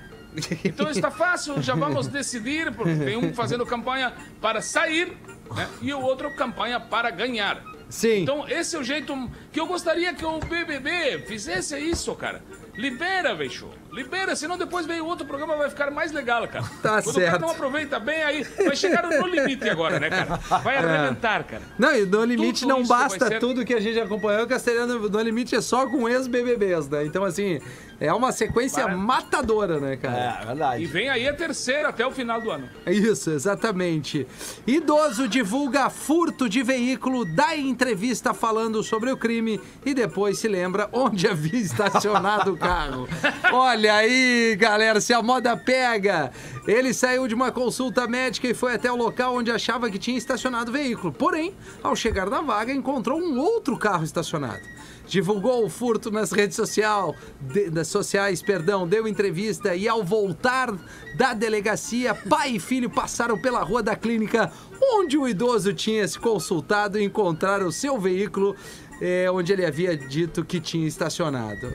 [SPEAKER 5] Então está fácil, já vamos decidir, porque tem um fazendo campanha para sair né, e o outro campanha para ganhar.
[SPEAKER 2] Sim.
[SPEAKER 5] Então, esse é o jeito que eu gostaria que o BBB fizesse isso, cara. Libera, bicho. Libera, senão depois vem outro programa vai ficar mais legal, cara.
[SPEAKER 2] <laughs> Tá
[SPEAKER 5] Quando o cara
[SPEAKER 2] certo.
[SPEAKER 5] não aproveita bem, aí vai chegar no limite agora, né, cara?
[SPEAKER 2] Ah.
[SPEAKER 5] Vai arrebentar, cara.
[SPEAKER 2] Não, e No Limite
[SPEAKER 5] Tudo
[SPEAKER 2] não
[SPEAKER 5] isso
[SPEAKER 2] basta
[SPEAKER 5] vai ser-
[SPEAKER 2] tudo que a gente acompanhou. O Castelhano No Limite é só com ex-BBBs, né? Então, assim, é uma sequência matadora, né, cara?
[SPEAKER 3] É, verdade.
[SPEAKER 5] E vem aí a terceira até o final do ano.
[SPEAKER 2] É. Isso, exatamente. Idoso divulga furto de veículo, dá entrevista falando sobre o crime e depois se lembra onde havia estacionado o
[SPEAKER 5] <laughs>
[SPEAKER 2] carro. Olha aí, galera, se a moda pega. Ele saiu de uma consulta médica e foi até o local onde achava que tinha estacionado o veículo. Porém, ao chegar na vaga, encontrou um outro carro estacionado. Divulgou o furto nas redes social, de- nas sociais, perdão, deu entrevista e ao voltar da delegacia, pai e filho passaram pela rua da clínica onde o idoso tinha se consultado e encontraram o seu veículo eh, onde ele havia dito que tinha estacionado.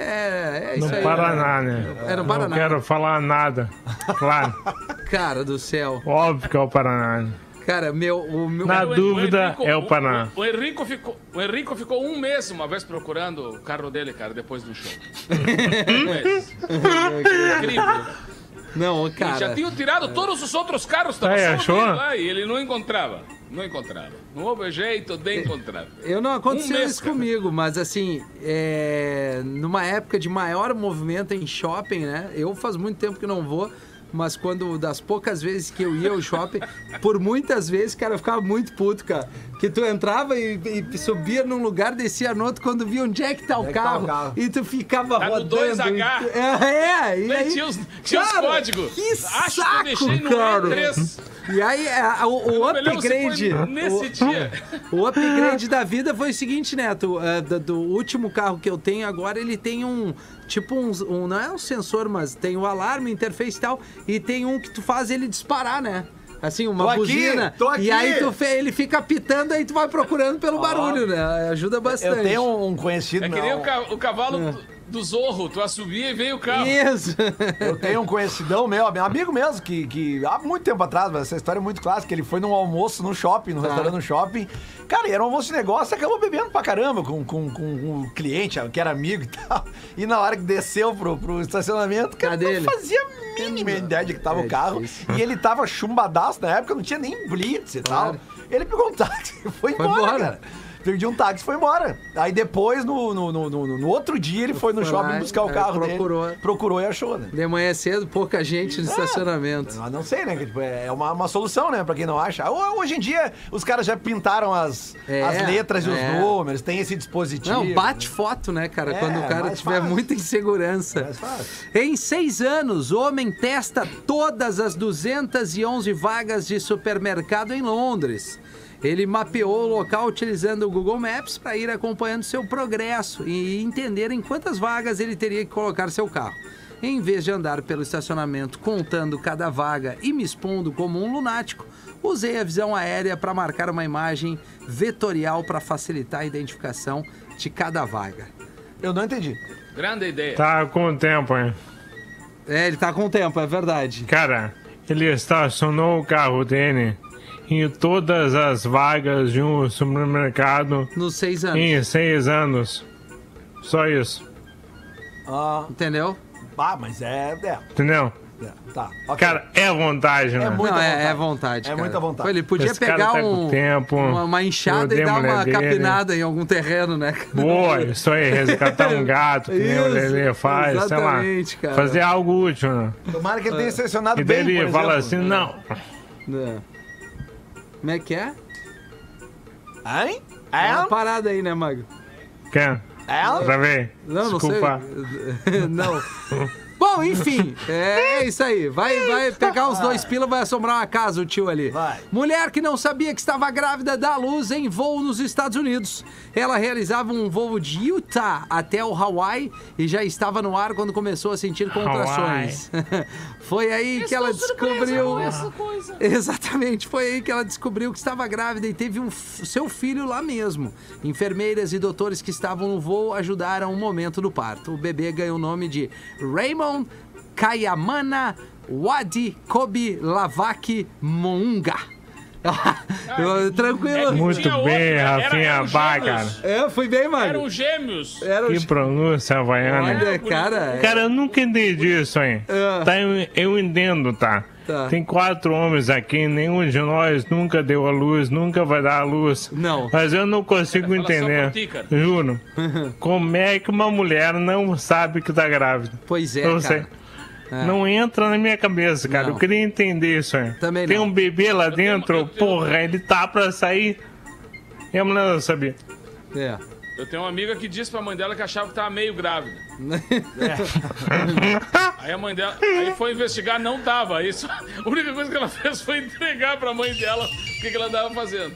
[SPEAKER 2] É, é isso
[SPEAKER 4] No
[SPEAKER 2] aí.
[SPEAKER 4] Paraná, né?
[SPEAKER 2] É, no
[SPEAKER 4] Não
[SPEAKER 2] Paraná.
[SPEAKER 4] quero falar nada. Claro,
[SPEAKER 2] Cara do céu.
[SPEAKER 4] óbvio que é o Paraná.
[SPEAKER 2] Cara, meu. O meu...
[SPEAKER 4] Na
[SPEAKER 5] O- o
[SPEAKER 4] dúvida,
[SPEAKER 5] Henrico-
[SPEAKER 4] é o Paná.
[SPEAKER 5] O, o Henrico ficou, o Henrico ficou um mês uma vez procurando o carro dele, cara, depois do show. um
[SPEAKER 2] <laughs>
[SPEAKER 5] mês. Incrível.
[SPEAKER 2] Não,
[SPEAKER 5] E já
[SPEAKER 2] cara. é.
[SPEAKER 5] tinham tirado todos os outros carros
[SPEAKER 4] Ah,
[SPEAKER 5] tava
[SPEAKER 4] é,
[SPEAKER 5] só o
[SPEAKER 4] achou?
[SPEAKER 5] dele lá e ele não encontrava. Não encontrava. Não houve jeito de encontrar.
[SPEAKER 2] Eu não aconteceu
[SPEAKER 5] Um mês,
[SPEAKER 2] isso
[SPEAKER 5] cara.
[SPEAKER 2] comigo, mas assim, é, numa época de maior movimento em shopping, né? Eu faz muito tempo que não vou, mas quando das poucas vezes que eu ia ao
[SPEAKER 5] <laughs>
[SPEAKER 2] shopping, por muitas vezes, cara, eu ficava muito puto, cara. Que tu entrava e, e subia num lugar, descia no outro, quando via onde é que tá o,
[SPEAKER 3] Onde é que tá
[SPEAKER 2] carro,
[SPEAKER 3] o carro?
[SPEAKER 2] e tu ficava
[SPEAKER 5] Tá no
[SPEAKER 2] rodando.
[SPEAKER 5] 2H.
[SPEAKER 2] e tu- É, é, e aí,
[SPEAKER 5] tinha os, tinha os
[SPEAKER 2] Cara,
[SPEAKER 5] códigos.
[SPEAKER 2] Que
[SPEAKER 5] Acho
[SPEAKER 2] saco,
[SPEAKER 5] que deixei no
[SPEAKER 2] cara.
[SPEAKER 5] E3.
[SPEAKER 2] E aí, a- a- o, o
[SPEAKER 5] Eu não me lembro se foi
[SPEAKER 2] upgrade.
[SPEAKER 5] Nesse
[SPEAKER 2] o-
[SPEAKER 5] dia.
[SPEAKER 2] O upgrade da vida foi o seguinte, Neto. é, do, do último carro que eu tenho agora, ele tem um. Tipo um, um- Não é um sensor, mas tem o alarme, interface e tal. E tem um que tu faz ele disparar, né? Assim, uma
[SPEAKER 3] Tô aqui,
[SPEAKER 2] buzina.
[SPEAKER 3] tô aqui.
[SPEAKER 2] E aí tu fe- ele fica apitando, aí tu vai procurando pelo barulho, né? Ajuda bastante.
[SPEAKER 3] Eu tenho um conhecido.
[SPEAKER 5] É que
[SPEAKER 3] não,
[SPEAKER 5] nem o, ca- o
[SPEAKER 2] É.
[SPEAKER 5] cavalo do Zorro. Tu assumia e veio o carro.
[SPEAKER 2] Isso. <laughs>
[SPEAKER 3] Eu tenho um conhecidão meu, meu amigo mesmo, que, que há muito tempo atrás, mas essa história é muito clássica. Ele foi num almoço no shopping,
[SPEAKER 2] Tá.
[SPEAKER 3] num restaurante no shopping. Cara, e era um almoço de negócio, acabou bebendo pra caramba com, com, com o cliente, que era amigo e tal. E na hora que desceu pro, pro estacionamento, cara,
[SPEAKER 2] Cadê
[SPEAKER 3] não
[SPEAKER 2] ele?
[SPEAKER 3] fazia a mínima ideia de que tava
[SPEAKER 2] É
[SPEAKER 3] o carro.
[SPEAKER 2] difícil.
[SPEAKER 3] E ele tava chumbadaço na época, não tinha nem blitz e tal.
[SPEAKER 2] Claro.
[SPEAKER 3] Ele pegou um táxi e foi embora,
[SPEAKER 2] embora.
[SPEAKER 3] cara. Perdi um táxi e foi embora. Aí depois, no, no, no, no- no outro dia, ele foi no
[SPEAKER 2] Foi lá
[SPEAKER 3] shopping
[SPEAKER 2] e-
[SPEAKER 3] buscar o
[SPEAKER 2] é,
[SPEAKER 3] carro
[SPEAKER 2] procurou.
[SPEAKER 3] dele. Procurou e achou, né?
[SPEAKER 2] De manhã cedo, pouca gente no
[SPEAKER 3] É.
[SPEAKER 2] estacionamento.
[SPEAKER 3] Ah, não sei, né? Que, tipo, é uma, uma solução, né? Pra quem não acha. Ho- Hoje em dia, os caras já pintaram as,
[SPEAKER 2] É,
[SPEAKER 3] as letras e os
[SPEAKER 2] é.
[SPEAKER 3] números, tem esse dispositivo.
[SPEAKER 2] Não, bate foto, né, cara?
[SPEAKER 3] É,
[SPEAKER 2] quando o cara
[SPEAKER 3] mais
[SPEAKER 2] tiver
[SPEAKER 3] fácil.
[SPEAKER 2] muita insegurança.
[SPEAKER 3] É Mais fácil.
[SPEAKER 2] Em seis anos, homem testa todas as 211 vagas de supermercado em Londres. Ele mapeou o local utilizando o Google Maps para ir acompanhando seu progresso e entender em quantas vagas ele teria que colocar seu carro. Em vez de andar pelo estacionamento contando cada vaga e me expondo como um lunático, usei a visão aérea para marcar uma imagem vetorial para facilitar a identificação de cada vaga.
[SPEAKER 3] Eu não entendi.
[SPEAKER 5] Grande ideia.
[SPEAKER 4] Tá com o tempo, hein?
[SPEAKER 2] É, ele tá com o tempo, é verdade.
[SPEAKER 4] Cara, ele estacionou o carro dele em todas as vagas de um supermercado
[SPEAKER 2] Nos seis anos.
[SPEAKER 4] em seis anos. Só isso,
[SPEAKER 3] Ah,
[SPEAKER 2] Entendeu?
[SPEAKER 3] ah, mas é, é,
[SPEAKER 4] entendeu?
[SPEAKER 3] é, Tá. ok.
[SPEAKER 4] Cara, é vontade, né?
[SPEAKER 3] É muito- Muita
[SPEAKER 2] não, é- é
[SPEAKER 3] vontade.
[SPEAKER 2] vontade.
[SPEAKER 3] É
[SPEAKER 2] cara.
[SPEAKER 3] muita vontade.
[SPEAKER 2] Pô, Ele podia
[SPEAKER 4] Esse cara
[SPEAKER 2] pegar
[SPEAKER 4] tá com
[SPEAKER 2] um,
[SPEAKER 4] tempo.
[SPEAKER 2] uma, uma enxada
[SPEAKER 4] Eu
[SPEAKER 2] e
[SPEAKER 4] odeio
[SPEAKER 2] dar
[SPEAKER 4] mulher
[SPEAKER 2] uma
[SPEAKER 4] dele.
[SPEAKER 2] capinada em algum terreno, né? <laughs> cara?
[SPEAKER 4] Boa, isso aí,
[SPEAKER 2] <laughs>
[SPEAKER 4] resgatar um gato, que nem o
[SPEAKER 2] É Isso,
[SPEAKER 4] Lelê faz, sei lá.
[SPEAKER 2] exatamente, cara. Tá
[SPEAKER 4] Fazer algo útil, né?
[SPEAKER 3] Tomara que ele tenha selecionado
[SPEAKER 4] E
[SPEAKER 3] bem,
[SPEAKER 4] daí
[SPEAKER 3] por
[SPEAKER 4] ele fala assim,
[SPEAKER 3] exemplo.
[SPEAKER 2] né?
[SPEAKER 4] não.
[SPEAKER 2] É. Como é que é?
[SPEAKER 4] assim-
[SPEAKER 3] Hein?
[SPEAKER 2] É uma
[SPEAKER 3] É?
[SPEAKER 2] parada aí, né, Mago?
[SPEAKER 4] Quer?
[SPEAKER 3] É?
[SPEAKER 4] Pra ver?
[SPEAKER 2] Não,
[SPEAKER 4] Desculpa.
[SPEAKER 2] não sei. <laughs> não. Bom, enfim, é isso aí. Vai, vai pegar os dois pila, vai assombrar uma casa o tio ali.
[SPEAKER 3] Vai.
[SPEAKER 2] Mulher que não sabia que estava grávida dá luz em voo nos Estados Unidos. Ela realizava um voo de Utah até o Hawaii e já estava no ar quando começou a sentir contrações. <laughs> Foi aí que ela descobriu. <laughs> Exatamente, foi aí que ela descobriu que estava grávida e teve um f- seu filho lá mesmo. Enfermeiras e doutores que estavam no voo ajudaram o momento do parto. O bebê ganhou o nome de Raymond Kayamana Wadi Kobi Lavaki Mounga. <laughs> Tranquilo.
[SPEAKER 5] É
[SPEAKER 4] Muito
[SPEAKER 5] Tinha outro,
[SPEAKER 4] bem,
[SPEAKER 5] era-
[SPEAKER 4] Rafinha
[SPEAKER 5] eram
[SPEAKER 4] Bá, cara.
[SPEAKER 5] gêmeos.
[SPEAKER 2] É, fui bem, mano.
[SPEAKER 5] Eram gêmeos.
[SPEAKER 2] Era um
[SPEAKER 4] Que pronúncia havaiana.
[SPEAKER 2] Olha, cara. é-
[SPEAKER 4] Cara, eu nunca entendi isso, hein?
[SPEAKER 2] Ah.
[SPEAKER 4] Tá, eu, eu entendo, tá?
[SPEAKER 2] Tá.
[SPEAKER 4] Tem quatro homens aqui, nenhum de nós nunca deu a luz, nunca vai dar a luz.
[SPEAKER 2] Não.
[SPEAKER 4] Mas eu não consigo
[SPEAKER 5] Fala só
[SPEAKER 4] entender.
[SPEAKER 5] pra ti, cara.
[SPEAKER 2] <laughs>
[SPEAKER 4] Juro. Como é que uma mulher não sabe que tá grávida?
[SPEAKER 2] Pois é,
[SPEAKER 4] eu
[SPEAKER 2] cara. É.
[SPEAKER 4] sei. Não entra na minha cabeça, cara.
[SPEAKER 2] Não.
[SPEAKER 4] Eu queria entender isso aí.
[SPEAKER 2] Também
[SPEAKER 4] Tem
[SPEAKER 2] não.
[SPEAKER 4] um bebê lá
[SPEAKER 5] tenho-
[SPEAKER 4] dentro,
[SPEAKER 5] eu tenho-
[SPEAKER 4] porra, ele tá pra sair. E a mulher não sabia.
[SPEAKER 2] É.
[SPEAKER 5] Eu tenho uma amiga que disse pra mãe dela que achava que tava meio grávida.
[SPEAKER 2] É.
[SPEAKER 5] Aí a mãe dela aí foi investigar, não tava. Isso, a única coisa que ela fez foi entregar pra mãe dela o que, que ela tava fazendo.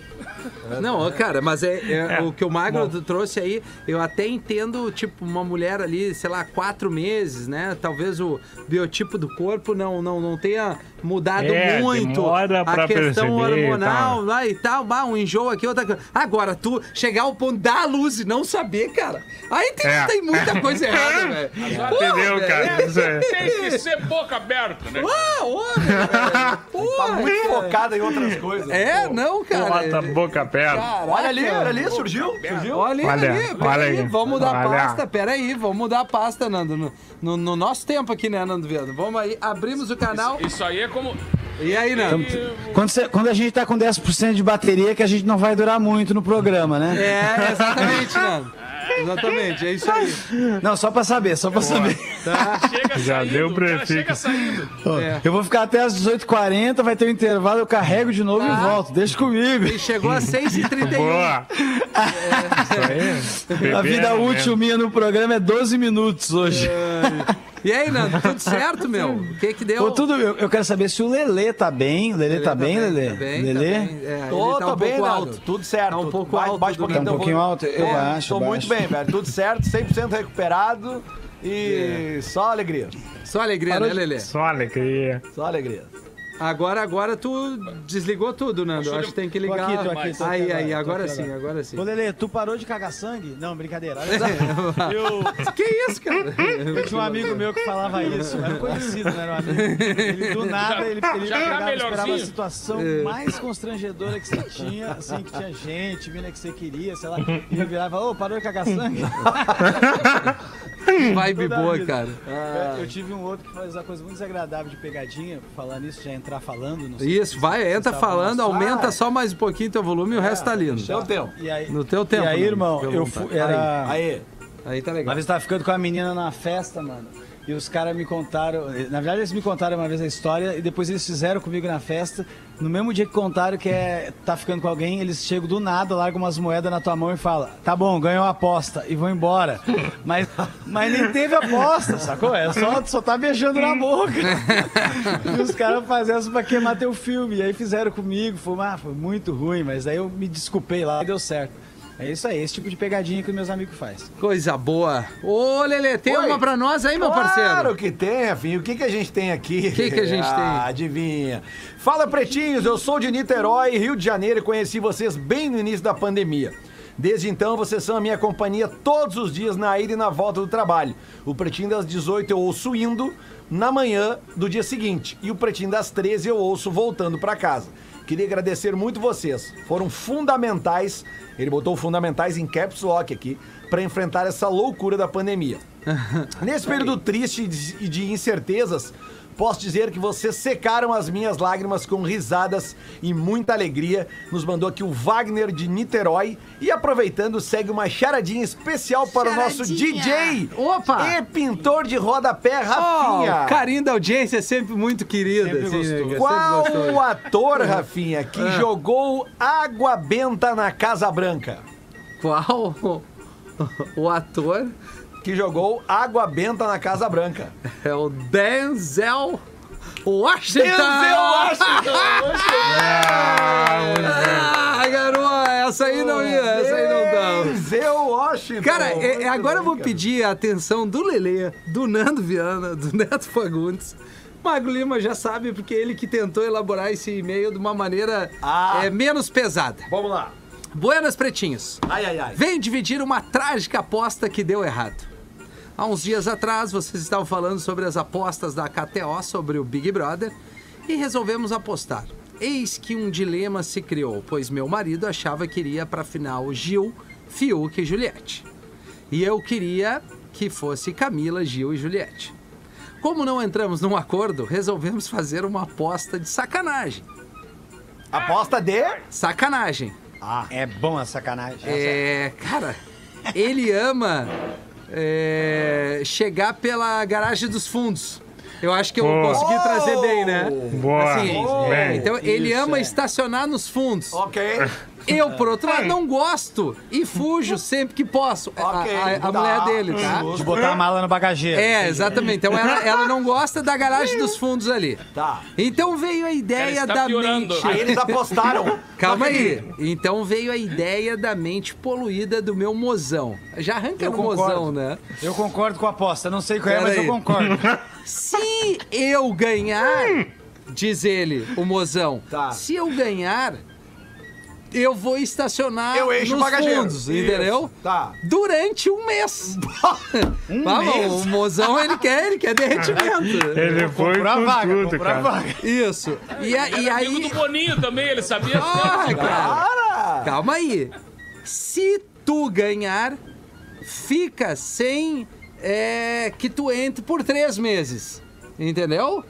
[SPEAKER 2] Não, cara, mas é, é o que o Magro trouxe aí, eu até entendo, tipo, uma mulher ali, sei lá, quatro meses, né? Talvez o biotipo do corpo não, não, não tenha mudado
[SPEAKER 4] É,
[SPEAKER 2] muito.
[SPEAKER 4] demora pra
[SPEAKER 2] a questão
[SPEAKER 4] perceber e
[SPEAKER 2] hormonal
[SPEAKER 4] tal.
[SPEAKER 2] lá e tal, bah, um enjoo aqui, outra coisa. Agora, tu chegar ao ponto da luz e não saber, cara, aí tem,
[SPEAKER 4] É.
[SPEAKER 2] tem muita coisa
[SPEAKER 4] <laughs>
[SPEAKER 2] errada, velho. Porra,
[SPEAKER 4] Entendeu,
[SPEAKER 2] velho?
[SPEAKER 4] cara? Isso é.
[SPEAKER 5] Tem que ser boca aberta, né?
[SPEAKER 2] Ah, homem,
[SPEAKER 4] <laughs>
[SPEAKER 2] velho.
[SPEAKER 3] Tá
[SPEAKER 2] Porra,
[SPEAKER 3] muito
[SPEAKER 2] cara.
[SPEAKER 3] focada em outras coisas.
[SPEAKER 2] É, não, cara.
[SPEAKER 4] Bota a boca perto.
[SPEAKER 2] Caraca.
[SPEAKER 3] Olha ali, olha ali, surgiu, surgiu.
[SPEAKER 2] Olha,
[SPEAKER 4] Olha,
[SPEAKER 2] ali, peraí,
[SPEAKER 4] olha aí.
[SPEAKER 2] vamos mudar a
[SPEAKER 4] Olha.
[SPEAKER 2] pasta, peraí, vamos mudar a pasta, Nando, no, no- no nosso tempo aqui, né, Nando Viado? Vamos aí, abrimos o canal,
[SPEAKER 5] Isso aí é como.
[SPEAKER 2] e aí, Nando?
[SPEAKER 1] Quando, cê- quando a gente tá com 10% de bateria, que a gente não vai durar muito no programa, né?
[SPEAKER 2] É, exatamente, Nando, exatamente, é isso aí.
[SPEAKER 1] Não, só pra saber, só pra saber.
[SPEAKER 4] <laughs>
[SPEAKER 5] Chega
[SPEAKER 4] Já
[SPEAKER 5] saindo,
[SPEAKER 4] deu
[SPEAKER 5] o cara
[SPEAKER 4] prefixo.
[SPEAKER 5] chega saindo.
[SPEAKER 2] É.
[SPEAKER 1] Eu vou ficar até às 18h40, vai ter um intervalo, eu carrego de novo
[SPEAKER 2] Tá.
[SPEAKER 1] e volto. Deixa comigo.
[SPEAKER 2] E um. chegou às 6h31.
[SPEAKER 4] Boa! Isso aí.
[SPEAKER 1] A
[SPEAKER 4] Bebê
[SPEAKER 2] né,
[SPEAKER 1] vida
[SPEAKER 4] é mesmo.
[SPEAKER 1] útil minha no programa é 12 minutos hoje.
[SPEAKER 2] É. E aí, Nando, tudo certo, meu? O que que deu?
[SPEAKER 1] Ô, tudo, eu, eu quero saber se o Lelê tá bem. O Lelê,
[SPEAKER 2] Lelê
[SPEAKER 1] tá, bem, Lelê?
[SPEAKER 2] Tá bem,
[SPEAKER 1] Lelê?
[SPEAKER 2] tá bem. É,
[SPEAKER 3] Tô,
[SPEAKER 2] ele tá
[SPEAKER 3] tô
[SPEAKER 2] um
[SPEAKER 3] bem,
[SPEAKER 2] pouco
[SPEAKER 3] Nando.
[SPEAKER 2] alto.
[SPEAKER 3] Tudo certo.
[SPEAKER 2] Tá um pouco
[SPEAKER 3] Baixa-
[SPEAKER 2] alto
[SPEAKER 3] baixa
[SPEAKER 2] do
[SPEAKER 3] um pouquinho,
[SPEAKER 1] Tá um
[SPEAKER 3] então,
[SPEAKER 1] pouquinho
[SPEAKER 3] vou-
[SPEAKER 1] alto? Eu
[SPEAKER 3] Tô-
[SPEAKER 1] baixo,
[SPEAKER 3] Tô
[SPEAKER 1] baixo.
[SPEAKER 3] muito bem, velho. Tudo certo, 100% recuperado
[SPEAKER 2] <laughs>
[SPEAKER 3] e
[SPEAKER 2] É.
[SPEAKER 3] só alegria.
[SPEAKER 2] Só alegria, né, Lelê?
[SPEAKER 4] Só alegria.
[SPEAKER 3] Só alegria.
[SPEAKER 2] Agora, agora tu desligou tudo, Nando. Acho que tem que
[SPEAKER 1] Tô
[SPEAKER 2] ligar.
[SPEAKER 1] aqui, tô aqui, tô aqui
[SPEAKER 2] aí,
[SPEAKER 1] agora,
[SPEAKER 2] aí,
[SPEAKER 1] tô
[SPEAKER 2] agora
[SPEAKER 1] aqui
[SPEAKER 2] sim,
[SPEAKER 1] agora.
[SPEAKER 2] agora sim.
[SPEAKER 1] Ô, Lelê, tu parou de cagar sangue? Não,
[SPEAKER 2] <laughs>
[SPEAKER 1] brincadeira. Olha só.
[SPEAKER 2] Que isso, cara?
[SPEAKER 1] <laughs> Eu tinha um amigo meu que
[SPEAKER 2] <laughs>
[SPEAKER 1] falava isso, era um conhecido, né? Era um amigo. Ele, do nada, ele, ele
[SPEAKER 5] Já
[SPEAKER 1] pegava,
[SPEAKER 5] tá
[SPEAKER 1] esperava a
[SPEAKER 5] melhorzinho?
[SPEAKER 1] situação
[SPEAKER 2] É.
[SPEAKER 1] mais constrangedora que você tinha, assim, que tinha gente, mina que você queria, sei lá, e ele virava, ô, parou de cagar
[SPEAKER 2] <laughs>
[SPEAKER 1] sangue?
[SPEAKER 2] Vibe
[SPEAKER 1] Toda
[SPEAKER 2] boa,
[SPEAKER 1] vida.
[SPEAKER 2] cara.
[SPEAKER 1] É, Eu tive um outro que faz uma coisa muito desagradável de pegadinha, falando isso, já entrar falando, não sei
[SPEAKER 2] Isso, vai, entra
[SPEAKER 1] Vocês
[SPEAKER 2] falando,
[SPEAKER 1] estavam na
[SPEAKER 2] aumenta
[SPEAKER 1] sala.
[SPEAKER 2] só mais um pouquinho teu volume e o resto
[SPEAKER 1] É,
[SPEAKER 2] tá lindo.
[SPEAKER 3] Deu tempo.
[SPEAKER 1] E aí,
[SPEAKER 2] No teu tempo,
[SPEAKER 1] E aí,
[SPEAKER 2] Nuno,
[SPEAKER 1] irmão,
[SPEAKER 2] fica à
[SPEAKER 1] eu
[SPEAKER 2] vontade.
[SPEAKER 1] fui, era...
[SPEAKER 3] Aí.
[SPEAKER 2] tá. Aí tá
[SPEAKER 1] Uma
[SPEAKER 2] legal.
[SPEAKER 1] vez eu tava ficando com a menina na festa, mano. E os caras me contaram. Na verdade, eles me contaram uma vez a história e depois eles fizeram comigo na festa. No mesmo dia que contaram que é tá ficando com alguém, eles chegam do nada, largam umas moedas na tua mão e falam: tá bom, ganhou a aposta e vão embora. Mas, mas nem teve aposta, sacou? É só, só tá beijando na boca. E os caras faziam isso pra queimar teu filme. E aí fizeram comigo, foi, uma- foi muito ruim, mas aí eu me desculpei lá e deu certo. É isso aí, esse tipo de pegadinha que meus amigos fazem.
[SPEAKER 2] Coisa boa. Ô, Lelê, tem
[SPEAKER 3] Oi.
[SPEAKER 2] uma pra nós aí, meu
[SPEAKER 3] Claro
[SPEAKER 2] parceiro?
[SPEAKER 3] que tem, Rafinha. O que, que a gente tem aqui? O
[SPEAKER 2] que que a
[SPEAKER 3] <laughs>
[SPEAKER 2] gente tem?
[SPEAKER 3] Adivinha. Fala, pretinhos. Eu sou de Niterói, Rio de Janeiro, e conheci vocês bem no início da pandemia. Desde então, vocês são a minha companhia todos os dias na ida e na volta do trabalho. O Pretinho das 18 eu ouço indo na manhã do dia seguinte. E o Pretinho das 13 eu ouço voltando pra casa. Queria agradecer muito vocês. Foram fundamentais. Ele botou fundamentais em caps lock aqui pra enfrentar essa loucura da pandemia. Nesse período triste e de- e de incertezas, posso dizer que vocês secaram as minhas lágrimas com risadas e muita alegria. Nos mandou aqui o Wagner de Niterói. E aproveitando, segue uma charadinha especial para o nosso DJ
[SPEAKER 2] Opa! Oh,
[SPEAKER 3] e pintor de rodapé,
[SPEAKER 2] Ó,
[SPEAKER 3] Rafinha.
[SPEAKER 2] o carinho da audiência é sempre muito querido. assim, né, cara? Sempre
[SPEAKER 3] Qual
[SPEAKER 2] gostou. Uhum.
[SPEAKER 3] o ator, Rafinha, que jogou água benta na Casa Branca?
[SPEAKER 2] Qual o ator
[SPEAKER 3] Que jogou água benta na Casa Branca.
[SPEAKER 2] é o Denzel Washington?
[SPEAKER 3] Denzel Washington!
[SPEAKER 2] Ah, garoa, essa aí não ia, <laughs> essa aí não dá.
[SPEAKER 3] Denzel Washington.
[SPEAKER 2] Cara, é- é-
[SPEAKER 3] Muito
[SPEAKER 2] agora eu
[SPEAKER 3] bem,
[SPEAKER 2] vou
[SPEAKER 3] cara.
[SPEAKER 2] pedir a atenção do Lele, do Nando Viana, do <laughs> Neto Fagundes. Magro Lima já sabe, porque ele que tentou elaborar esse e-mail de uma maneira
[SPEAKER 3] Ah.
[SPEAKER 2] é, menos pesada.
[SPEAKER 3] Vamos lá.
[SPEAKER 2] Buenas Pretinhos.
[SPEAKER 3] Ai, ai, ai.
[SPEAKER 2] Vem dividir uma trágica aposta que deu errado. Há uns dias atrás, vocês estavam falando sobre as apostas da KTO sobre o Big Brother e resolvemos apostar. Eis que um dilema se criou, pois meu marido achava que iria para final Gil, Fiuk e Juliette. E eu queria que fosse Camila, Gil e Juliette. Como não entramos num acordo, resolvemos fazer uma aposta de sacanagem.
[SPEAKER 3] Aposta de.
[SPEAKER 2] Sacanagem.
[SPEAKER 1] É bom a sacanagem.
[SPEAKER 2] Ah. É, cara, ele ama é, chegar pela garagem dos fundos. Eu acho que eu
[SPEAKER 4] Boa.
[SPEAKER 2] consegui trazer bem, né?
[SPEAKER 4] Boa.
[SPEAKER 2] Assim,
[SPEAKER 4] Bem.
[SPEAKER 2] Então, ele
[SPEAKER 1] Isso,
[SPEAKER 2] ama
[SPEAKER 1] é.
[SPEAKER 2] estacionar nos fundos.
[SPEAKER 3] Ok.
[SPEAKER 2] Eu, por outro
[SPEAKER 4] Hum.
[SPEAKER 2] lado, não gosto e fujo sempre que posso. A-
[SPEAKER 3] Ok,
[SPEAKER 2] a, a
[SPEAKER 3] tá.
[SPEAKER 2] mulher dele, tá?
[SPEAKER 1] É De botar a mala no bagageiro.
[SPEAKER 2] É, exatamente. Então ela, ela não gosta da garagem dos fundos ali.
[SPEAKER 3] <laughs> Tá.
[SPEAKER 2] Então veio a ideia
[SPEAKER 5] Ela está
[SPEAKER 2] da
[SPEAKER 5] piorando.
[SPEAKER 2] mente.
[SPEAKER 3] Aí eles apostaram.
[SPEAKER 2] Calma aí. Então veio a ideia da mente poluída do meu mozão. Já arranca
[SPEAKER 1] Eu
[SPEAKER 2] no
[SPEAKER 1] concordo.
[SPEAKER 2] mozão, né?
[SPEAKER 1] Eu concordo com a aposta. Não sei qual é,
[SPEAKER 2] Pera
[SPEAKER 1] mas
[SPEAKER 2] aí. <laughs>
[SPEAKER 1] eu concordo. Né,
[SPEAKER 2] Se eu ganhar, diz ele, o mozão,
[SPEAKER 3] Hum. Tá.
[SPEAKER 2] se eu ganhar, eu vou estacionar
[SPEAKER 3] Eu encho o
[SPEAKER 2] nos
[SPEAKER 3] bagageiro.
[SPEAKER 2] fundos,
[SPEAKER 3] Isso.
[SPEAKER 2] entendeu?
[SPEAKER 3] Tá.
[SPEAKER 2] Durante um
[SPEAKER 3] <laughs>
[SPEAKER 2] mês.
[SPEAKER 1] Um
[SPEAKER 2] Vamos,
[SPEAKER 1] mês?
[SPEAKER 2] o mozão ele quer, ele quer derretimento.
[SPEAKER 4] Ele foi
[SPEAKER 1] Comprou a
[SPEAKER 4] com
[SPEAKER 1] vaga,
[SPEAKER 4] tudo,
[SPEAKER 1] comprou a
[SPEAKER 4] cara.
[SPEAKER 1] vaga.
[SPEAKER 2] Isso. E, a- e
[SPEAKER 5] Amigo do
[SPEAKER 2] aí.
[SPEAKER 5] Boninho também, ele
[SPEAKER 2] <laughs>
[SPEAKER 5] sabia.
[SPEAKER 2] Ah, cara.
[SPEAKER 3] Para!
[SPEAKER 2] Calma aí. Se tu ganhar, fica sem é, que tu entre por três meses. Entendeu?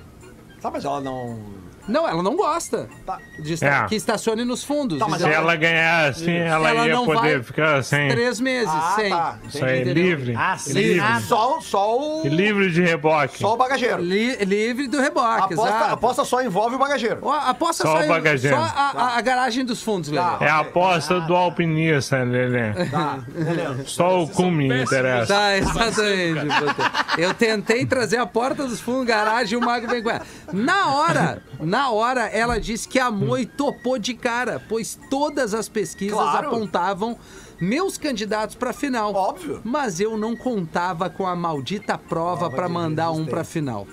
[SPEAKER 3] Tá, mas ela não.
[SPEAKER 2] Não, ela não gosta
[SPEAKER 3] Tá.
[SPEAKER 2] de esta-
[SPEAKER 4] É.
[SPEAKER 2] que estacione nos fundos.
[SPEAKER 3] Tá, mas
[SPEAKER 4] Se
[SPEAKER 2] Então,
[SPEAKER 4] ela ganhar assim, ela, ia poder ficar sem.
[SPEAKER 2] Três meses,
[SPEAKER 3] Ah,
[SPEAKER 2] sem.
[SPEAKER 3] tá.
[SPEAKER 4] é Isso aí,
[SPEAKER 2] Entendeu?
[SPEAKER 4] livre.
[SPEAKER 1] Ah, sem
[SPEAKER 4] livre.
[SPEAKER 1] nada.
[SPEAKER 3] Só, só o.
[SPEAKER 4] E livre de reboque.
[SPEAKER 3] Só o bagageiro.
[SPEAKER 2] Li- livre do reboque,
[SPEAKER 3] Aposta,
[SPEAKER 2] exato.
[SPEAKER 3] aposta só envolve o bagageiro.
[SPEAKER 2] Ó, Aposta
[SPEAKER 4] Só
[SPEAKER 2] só,
[SPEAKER 4] o
[SPEAKER 2] em-
[SPEAKER 4] bagageiro.
[SPEAKER 2] só a, a- a garagem dos fundos, Lelê.
[SPEAKER 4] É a aposta do alpinista, Lelê.
[SPEAKER 3] Tá, beleza.
[SPEAKER 4] Só o cume
[SPEAKER 5] são
[SPEAKER 4] interessa.
[SPEAKER 2] Tá, exatamente. Potter. Eu tentei trazer a porta dos fundos, garagem e o Mago vem com ela. Na hora, na hora, ela disse que amou e topou de cara, pois todas as pesquisas
[SPEAKER 3] Claro.
[SPEAKER 2] apontavam meus candidatos pra final.
[SPEAKER 3] Óbvio.
[SPEAKER 2] Mas eu não contava com a maldita prova pra
[SPEAKER 3] de
[SPEAKER 2] mandar um
[SPEAKER 3] resistência.
[SPEAKER 2] pra final.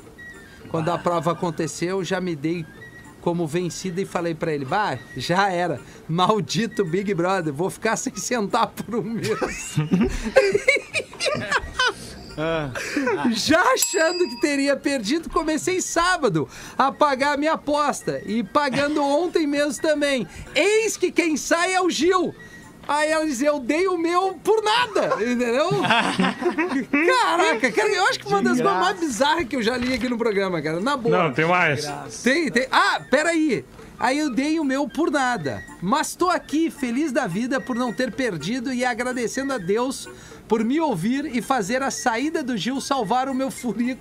[SPEAKER 2] Quando a prova aconteceu, já me dei como vencida e falei pra ele: "Bah, já era. Maldito Big Brother, vou ficar sem sentar por um mês". Já achando que teria perdido, comecei sábado a pagar a minha aposta. E pagando ontem mesmo também. Eis que quem sai é o Gil. Aí ela diz, eu dei o meu por nada, entendeu? Caraca, cara, eu acho que uma das coisas mais bizarras que eu já li aqui no programa, cara. Na boa.
[SPEAKER 4] Não, tem mais.
[SPEAKER 2] Tem, tem. Ah, peraí. Aí eu dei o meu por nada. Mas tô aqui, feliz da vida por não ter perdido e agradecendo a Deus por me ouvir e fazer a saída do Gil salvar o meu furico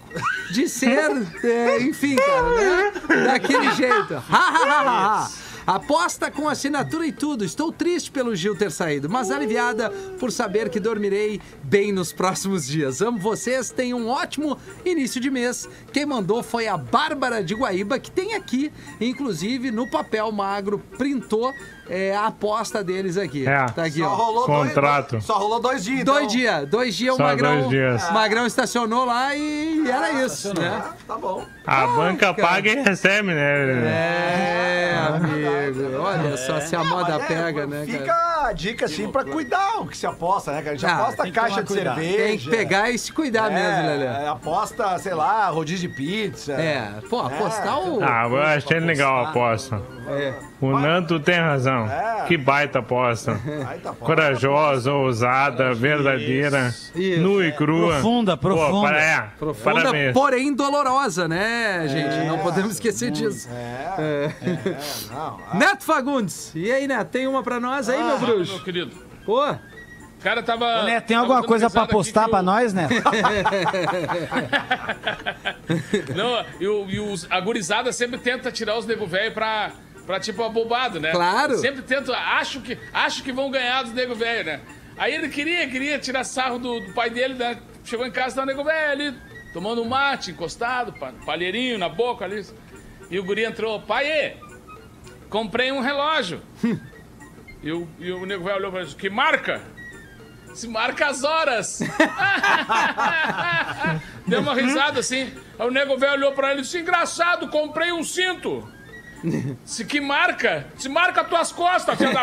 [SPEAKER 2] de ser, é, enfim, cara, né? Daquele jeito. Ha, ha, ha, ha, ha. Aposta com assinatura e tudo. Estou triste pelo Gil ter saído, mas aliviada por saber que dormirei bem nos próximos dias. Amo vocês, tenham um ótimo início de mês. Quem mandou foi a Bárbara de Guaíba, que tem aqui, inclusive no papel magro, printou é, a aposta deles aqui.
[SPEAKER 4] É.
[SPEAKER 2] Tá aqui,
[SPEAKER 3] Só
[SPEAKER 2] ó.
[SPEAKER 3] rolou
[SPEAKER 4] Contrato.
[SPEAKER 3] dois. Só rolou dois dias.
[SPEAKER 2] Dois
[SPEAKER 3] então.
[SPEAKER 2] dias, dois dias o
[SPEAKER 4] Só
[SPEAKER 2] Magrão.
[SPEAKER 4] dois dias.
[SPEAKER 2] Magrão estacionou lá e era isso, né?
[SPEAKER 3] Ah, tá bom.
[SPEAKER 4] A banca
[SPEAKER 2] cara.
[SPEAKER 4] paga e recebe, né? Lelê?
[SPEAKER 2] É, amigo. Olha só se a moda
[SPEAKER 3] Mas é,
[SPEAKER 2] pega, né,
[SPEAKER 3] Fica
[SPEAKER 2] cara?
[SPEAKER 3] a dica assim pra cuidar o que se aposta, né, cara? A gente
[SPEAKER 2] Ah,
[SPEAKER 3] aposta
[SPEAKER 1] tem que
[SPEAKER 3] caixa
[SPEAKER 1] tomar
[SPEAKER 3] de
[SPEAKER 1] cuidado.
[SPEAKER 2] Tem
[SPEAKER 3] cerveja.
[SPEAKER 2] que pegar e se cuidar mesmo, Lelê.
[SPEAKER 3] é, aposta, sei lá, rodízio de pizza.
[SPEAKER 2] É, pô, é, apostar o.
[SPEAKER 4] Ah, eu achei legal a aposta. O Nanto tem razão.
[SPEAKER 3] É.
[SPEAKER 4] Que baita aposta.
[SPEAKER 3] Aí tá bom.
[SPEAKER 4] Corajosa, ousada, verdadeira,
[SPEAKER 2] Isso.
[SPEAKER 4] nua e crua.
[SPEAKER 1] Profunda, profunda.
[SPEAKER 4] Pô, para, é,
[SPEAKER 2] Profunda,
[SPEAKER 4] parabéns.
[SPEAKER 2] porém dolorosa, né, gente?
[SPEAKER 1] É,
[SPEAKER 2] Não podemos esquecer disso.
[SPEAKER 3] É, não.
[SPEAKER 2] Neto Fagundes, e aí, Neto, tem uma pra nós
[SPEAKER 1] Ah,
[SPEAKER 2] aí, meu
[SPEAKER 5] Fala, meu
[SPEAKER 2] bruxo?
[SPEAKER 5] querido.
[SPEAKER 2] Pô,
[SPEAKER 5] O cara tava.
[SPEAKER 1] Ô, Neto, tem
[SPEAKER 5] tava
[SPEAKER 1] alguma
[SPEAKER 5] dando
[SPEAKER 1] coisa pra
[SPEAKER 5] risada aqui
[SPEAKER 1] postar
[SPEAKER 5] que
[SPEAKER 1] pra
[SPEAKER 5] o-
[SPEAKER 1] nós, Neto?
[SPEAKER 2] <laughs>
[SPEAKER 5] Não, e, o- e os, a gurizada sempre tenta tirar os nego velho pra, pra tipo abobado, né?
[SPEAKER 2] Claro.
[SPEAKER 5] Sempre tenta, acho que, acho que vão ganhar dos nego velho, né? Aí ele queria, queria tirar sarro do, do pai dele, né? Chegou em casa, tá o nego velho ali, tomando um mate, encostado, pa- palheirinho na boca ali. E o guri entrou, pai, ê, comprei um relógio. e, o, e o nego velho olhou pra ele, que marca? Se marca as horas. Deu uma risada assim. Aí o nego velho olhou pra ele e disse: Engraçado, comprei um cinto. Se que marca? Se marca tuas costas, filho da
[SPEAKER 4] <laughs>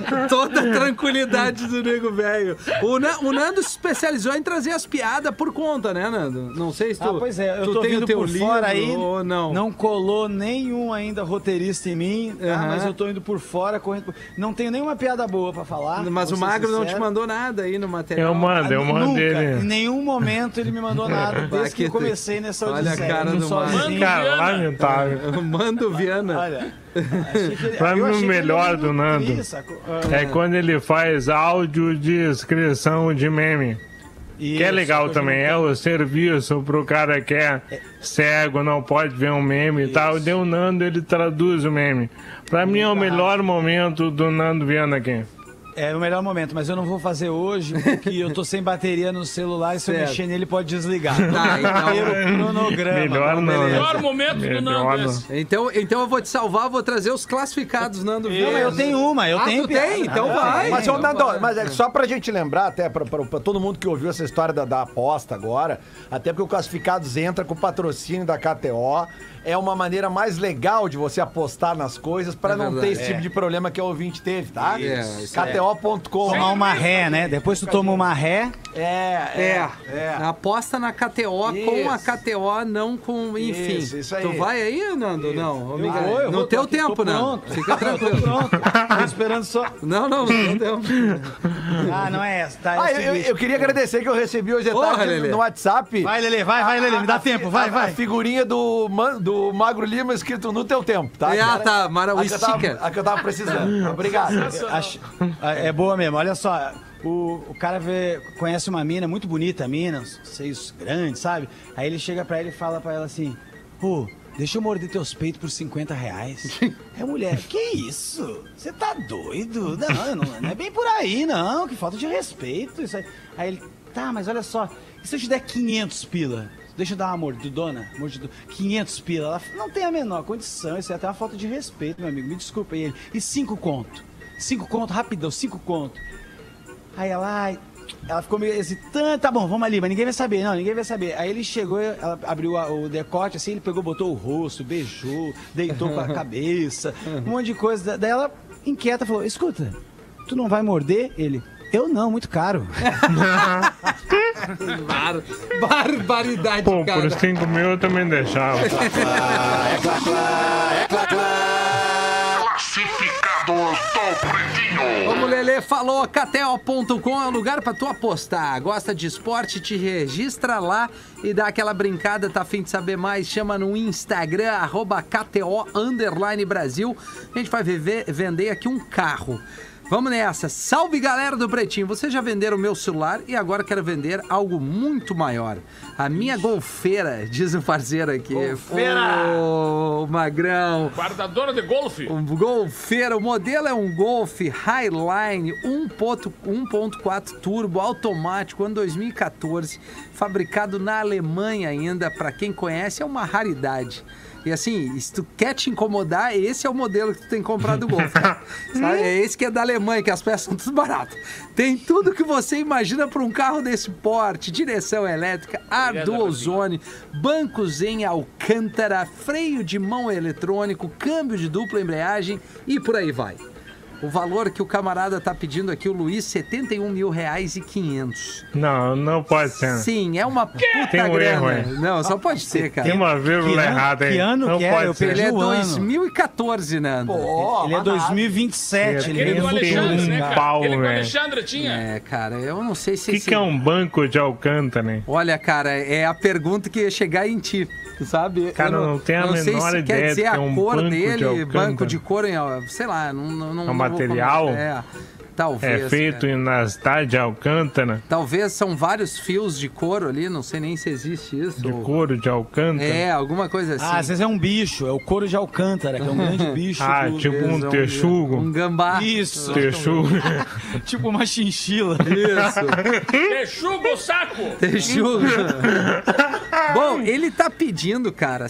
[SPEAKER 5] puta.
[SPEAKER 2] toda a tranquilidade do nego velho. O, Na- o Nando se especializou em trazer as piadas por conta, né, Nando? Não sei se tu.
[SPEAKER 1] Ah, pois é, eu
[SPEAKER 2] tu
[SPEAKER 1] tô
[SPEAKER 2] tem
[SPEAKER 1] vindo
[SPEAKER 2] o teu
[SPEAKER 1] por
[SPEAKER 2] livro
[SPEAKER 1] fora aí.
[SPEAKER 2] ou não.
[SPEAKER 1] Não colou nenhum ainda roteirista em mim, tá?
[SPEAKER 2] Aham.
[SPEAKER 1] mas eu tô indo por fora, correndo. por- Não tenho nenhuma piada boa pra falar.
[SPEAKER 2] Mas
[SPEAKER 1] vou
[SPEAKER 2] o
[SPEAKER 1] ser
[SPEAKER 2] Magro não te
[SPEAKER 1] sincero.
[SPEAKER 2] mandou nada aí no material. <laughs>
[SPEAKER 4] Eu mando, eu mando
[SPEAKER 1] Nunca, em
[SPEAKER 4] ele.
[SPEAKER 1] nenhum momento ele me mandou nada desde que eu
[SPEAKER 2] Baqueta.
[SPEAKER 1] comecei nessa
[SPEAKER 2] Olha a
[SPEAKER 1] audiência.
[SPEAKER 2] cara do Magro.
[SPEAKER 1] sozinho.
[SPEAKER 4] Cara,
[SPEAKER 5] Viana.
[SPEAKER 4] lamentável.
[SPEAKER 2] Mando Viana.
[SPEAKER 1] Olha, achei que ele-
[SPEAKER 4] Pra
[SPEAKER 1] eu
[SPEAKER 4] mim, o
[SPEAKER 1] achei que ele
[SPEAKER 4] melhor
[SPEAKER 1] era
[SPEAKER 4] do
[SPEAKER 1] muito
[SPEAKER 4] Nando.
[SPEAKER 1] tri, sacou? Ah,
[SPEAKER 4] É quando ele faz áudio de inscrição de meme. que é
[SPEAKER 1] Isso,
[SPEAKER 4] legal
[SPEAKER 1] hoje
[SPEAKER 4] também, é o serviço pro cara que é cego, não pode ver um meme e tal. Deu o Nando, ele traduz o meme. Pra mim é o melhor momento do Nando Viana aqui.
[SPEAKER 1] É o melhor momento, mas eu não vou fazer hoje porque eu tô sem bateria no celular e se eu
[SPEAKER 2] Certo.
[SPEAKER 1] mexer nele pode desligar.
[SPEAKER 2] Tá, então,
[SPEAKER 1] Primeiro cronograma.
[SPEAKER 4] Melhor
[SPEAKER 1] então,
[SPEAKER 4] não, né?
[SPEAKER 1] beleza.
[SPEAKER 5] Melhor momento do
[SPEAKER 4] Melhor
[SPEAKER 5] Nando é
[SPEAKER 4] não.
[SPEAKER 5] esse.
[SPEAKER 2] então, então eu vou te salvar, vou trazer os classificados, Nando.
[SPEAKER 1] Não, mas eu tenho uma, eu
[SPEAKER 2] Ah,
[SPEAKER 1] tenho
[SPEAKER 2] tu
[SPEAKER 1] piada.
[SPEAKER 2] tem? Então
[SPEAKER 3] é.
[SPEAKER 1] Ah,
[SPEAKER 2] vai.
[SPEAKER 3] Mas, ô,
[SPEAKER 2] Então
[SPEAKER 3] Nando,
[SPEAKER 2] vai.
[SPEAKER 3] mas é só pra gente lembrar, até pra, pra- pra todo mundo que ouviu essa história da, da aposta agora, até porque o Classificados entra com o patrocínio da KTO, é uma maneira mais legal de você apostar nas coisas pra
[SPEAKER 2] É
[SPEAKER 3] não
[SPEAKER 2] verdade.
[SPEAKER 3] ter esse tipo de problema que o ouvinte teve, tá?
[SPEAKER 2] Isso. Isso. é. um
[SPEAKER 3] KTO.com.
[SPEAKER 1] Tomar uma ré, né? Depois tu toma uma ré,
[SPEAKER 3] É,
[SPEAKER 2] É, aposta na KTO com a
[SPEAKER 3] Isso.
[SPEAKER 2] KTO, não com. Enfim.
[SPEAKER 3] Isso, isso aí.
[SPEAKER 2] Tu vai aí, Nando? Não,
[SPEAKER 1] Eu
[SPEAKER 2] amiga.
[SPEAKER 1] vou, eu
[SPEAKER 2] no
[SPEAKER 1] vou,
[SPEAKER 2] teu
[SPEAKER 1] tô aqui, <laughs> tô
[SPEAKER 2] tempo, Nando.
[SPEAKER 1] pronto.
[SPEAKER 2] Fica tranquilo.
[SPEAKER 1] pronto. Tô esperando só.
[SPEAKER 2] Não, não, não deu.
[SPEAKER 1] <laughs> Ah, não é essa, tá? É o
[SPEAKER 3] Ah, eu, eu-
[SPEAKER 1] seguinte.
[SPEAKER 3] eu queria agradecer que eu recebi hoje à
[SPEAKER 2] Porra,
[SPEAKER 3] tarde
[SPEAKER 2] Lelê.
[SPEAKER 3] no WhatsApp.
[SPEAKER 1] Vai, Lele, vai, vai, Lele, me dá tempo, vai,
[SPEAKER 3] a- A
[SPEAKER 1] vai.
[SPEAKER 3] figurinha do, Man- do Magro Lima escrito no teu tempo, tá?
[SPEAKER 2] Ah, tá, Mara, o
[SPEAKER 3] a que eu tava-
[SPEAKER 2] sticker.
[SPEAKER 3] A que eu tava precisando. Obrigado.
[SPEAKER 1] Acho- Ah, É boa mesmo. Olha só, o, o cara vê- conhece uma mina muito bonita, a mina, uns seios grandes, sabe? Aí ele chega pra ela e fala pra ela assim: Pô, deixa eu morder teus peitos por 50 reais. É mulher, que isso? Você tá doido? Não, não, não é bem por aí, não. Que falta de respeito. Isso aí. aí ele, tá, mas olha só, e se eu te der 500 pila? Deixa eu dar uma mordidona, mordidona. 500 pila. Ela fala, não tem a menor condição. Isso é até uma falta de respeito, meu amigo. Me desculpa. E ele, e 5 conto? 5 conto, rapidão, 5 conto. Aí ela, ai, ela ficou meio hesitante. Tá bom, vamos ali, mas ninguém vai saber, não, ninguém vai saber. Aí ele chegou, ela abriu a- o decote, assim, ele pegou, botou o rosto, beijou, deitou
[SPEAKER 5] <laughs>
[SPEAKER 1] com a cabeça, um monte de coisa. Daí ela, inquieta, falou: Escuta, tu não vai morder? Ele, eu não, muito caro.
[SPEAKER 2] Bar- Barbaridade,
[SPEAKER 4] Pô, por
[SPEAKER 2] cara.
[SPEAKER 4] 5 mil eu
[SPEAKER 1] <laughs>
[SPEAKER 4] também deixava.
[SPEAKER 6] Classificados do Pretinho.
[SPEAKER 2] Como o Lelê falou, KTO.com é o lugar pra tu apostar. Gosta de esporte? Te registra lá e dá aquela brincada, tá afim de saber mais? Chama no Instagram, arroba KTO underline Brasil. A gente vai viver- vender aqui um carro. Vamos nessa. Salve galera do Pretinho. Vocês já venderam o meu celular e agora quero vender algo muito maior. A minha golfeira, diz o parceiro aqui.
[SPEAKER 3] Golfeira!
[SPEAKER 2] Ô, Magrão.
[SPEAKER 5] Guardadora de golfe.
[SPEAKER 2] Um golfeira, o modelo é um Golf Highline 1.4 turbo automático, ano 2014, fabricado na Alemanha ainda, para quem conhece, é uma raridade. E assim, se tu quer te incomodar, esse é o modelo que tu tem que comprar do Golf. cara. Sabe? É esse que é da Alemanha, que as peças <laughs> são tudo baratas. Tem tudo que você imagina para um carro desse porte, direção elétrica, ar do ozônio, bancos em alcântara, freio de mão eletrônico, câmbio de dupla embreagem e por aí vai. O valor que o camarada tá pedindo aqui, o Luiz, 71 mil reais e 500.
[SPEAKER 4] Não, não pode ser.
[SPEAKER 2] Sim, é uma puta
[SPEAKER 4] um- Tem um erro,
[SPEAKER 2] grana.
[SPEAKER 4] é.
[SPEAKER 2] Não, só pode ser, cara.
[SPEAKER 4] Tem uma
[SPEAKER 1] Que
[SPEAKER 4] vírgula
[SPEAKER 1] ano-
[SPEAKER 4] errada aí.
[SPEAKER 1] que ano
[SPEAKER 4] não
[SPEAKER 1] que é?
[SPEAKER 4] pode
[SPEAKER 1] Eu
[SPEAKER 4] ser.
[SPEAKER 2] Ele é
[SPEAKER 1] Perdi o ano.
[SPEAKER 2] 2014, Nando.
[SPEAKER 1] <laughs> ele é 2027, ele
[SPEAKER 5] Aquele
[SPEAKER 1] é
[SPEAKER 4] Tem
[SPEAKER 5] do Alexandre,
[SPEAKER 4] um
[SPEAKER 5] né, cara?
[SPEAKER 4] pau,
[SPEAKER 5] Aquele que o
[SPEAKER 4] velho.
[SPEAKER 5] Alexandre tinha.
[SPEAKER 2] É, cara, eu não sei se
[SPEAKER 4] O que,
[SPEAKER 2] esse-
[SPEAKER 4] que é um banco de Alcântara?
[SPEAKER 2] Olha, cara, é a pergunta que ia chegar em ti, sabe?
[SPEAKER 4] Cara,
[SPEAKER 2] Eu
[SPEAKER 4] não tenho a
[SPEAKER 2] sei
[SPEAKER 4] menor
[SPEAKER 2] se
[SPEAKER 4] ideia
[SPEAKER 2] quer
[SPEAKER 4] do
[SPEAKER 2] dizer
[SPEAKER 4] que
[SPEAKER 2] a
[SPEAKER 4] é um
[SPEAKER 2] cor
[SPEAKER 4] banco de
[SPEAKER 2] dele,
[SPEAKER 4] Alcântara.
[SPEAKER 2] banco de cor, em- sei lá, não, não, não
[SPEAKER 4] É
[SPEAKER 2] não
[SPEAKER 4] um
[SPEAKER 2] vou
[SPEAKER 4] material?
[SPEAKER 2] comentar. É, talvez.
[SPEAKER 4] É feito
[SPEAKER 2] cara.
[SPEAKER 4] na cidade de Alcântara?
[SPEAKER 2] Talvez são vários fios de couro ali, não sei nem se existe isso.
[SPEAKER 4] De então. couro de Alcântara?
[SPEAKER 2] É, alguma coisa assim.
[SPEAKER 1] Ah, às vezes é um bicho, é o couro de Alcântara,
[SPEAKER 5] <laughs>
[SPEAKER 1] que é um grande bicho.
[SPEAKER 4] Ah,
[SPEAKER 1] do-
[SPEAKER 4] tipo um
[SPEAKER 2] Talvez Um
[SPEAKER 4] texugo?
[SPEAKER 2] gambá.
[SPEAKER 1] <laughs>
[SPEAKER 5] <laughs>
[SPEAKER 1] Isso,
[SPEAKER 4] Texugo.
[SPEAKER 1] tipo uma chinchila.
[SPEAKER 2] Isso.
[SPEAKER 4] Hum?
[SPEAKER 5] Texuga o saco.
[SPEAKER 2] <laughs>
[SPEAKER 4] <laughs>
[SPEAKER 2] Texugo. Bom, ele tá pedindo, cara,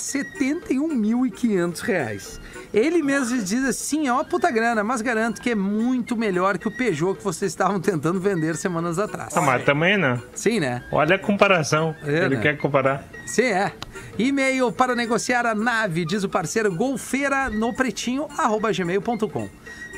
[SPEAKER 2] 71.500 reais. Ele mesmo diz assim, é uma puta grana, mas garanto que é muito melhor que o Peugeot que vocês estavam tentando vender semanas atrás.
[SPEAKER 4] Ah, <laughs> mas também não.
[SPEAKER 2] Sim, né?
[SPEAKER 4] Olha a comparação.
[SPEAKER 2] É,
[SPEAKER 4] Ele
[SPEAKER 2] né?
[SPEAKER 4] quer comparar.
[SPEAKER 2] Sim, é. E-mail para negociar a nave, diz o parceiro, golfeira no pretinho, arroba gmail.com.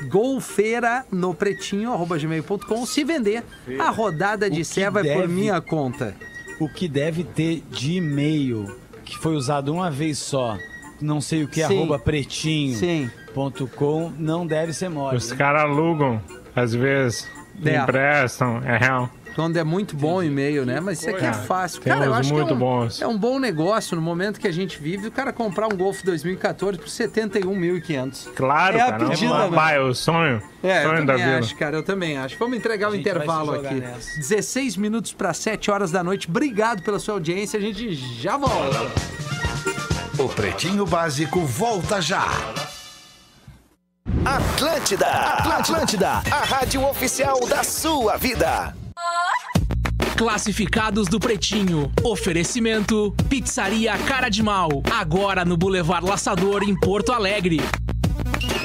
[SPEAKER 2] Golfeira no pretinho, arroba gmail.com. Se vender, a rodada de
[SPEAKER 1] que
[SPEAKER 2] ceva é por
[SPEAKER 1] deve-
[SPEAKER 2] minha conta.
[SPEAKER 1] O que deve ter de e-mail, que foi usado uma vez só, não sei o que,
[SPEAKER 2] Sim.
[SPEAKER 1] arroba pretinho.
[SPEAKER 2] Sim.
[SPEAKER 1] Ponto .com não deve ser mole.
[SPEAKER 4] Os caras alugam, às vezes
[SPEAKER 2] É.
[SPEAKER 4] emprestam, é real.
[SPEAKER 2] Quando é muito bom o e-mail, né? Mas isso aqui é fácil.
[SPEAKER 4] Tem
[SPEAKER 2] Cara, eu
[SPEAKER 4] uns
[SPEAKER 2] acho que
[SPEAKER 4] muito
[SPEAKER 2] é um,
[SPEAKER 4] bons.
[SPEAKER 2] é um bom negócio no momento que a gente vive. O cara comprar um Golf 2014 por 71.500.
[SPEAKER 4] Claro,
[SPEAKER 2] É a
[SPEAKER 4] cara.
[SPEAKER 2] pedida,
[SPEAKER 4] é
[SPEAKER 2] né?
[SPEAKER 4] um pai, é o sonho.
[SPEAKER 2] É, eu
[SPEAKER 4] sonho da
[SPEAKER 2] também
[SPEAKER 4] vida.
[SPEAKER 2] acho, cara, eu também acho. Vamos entregar o
[SPEAKER 1] gente vai se
[SPEAKER 2] intervalo
[SPEAKER 1] jogar
[SPEAKER 2] aqui.
[SPEAKER 1] nessa.
[SPEAKER 2] 16 minutos para 7 horas da noite. Obrigado pela sua audiência. A gente já volta.
[SPEAKER 7] O Pretinho Básico volta já. Atlântida, Atlântida, a rádio oficial da sua vida.
[SPEAKER 8] Classificados do Pretinho. Oferecimento: Pizzaria Cara de Mal. Agora no Boulevard Laçador, em Porto Alegre.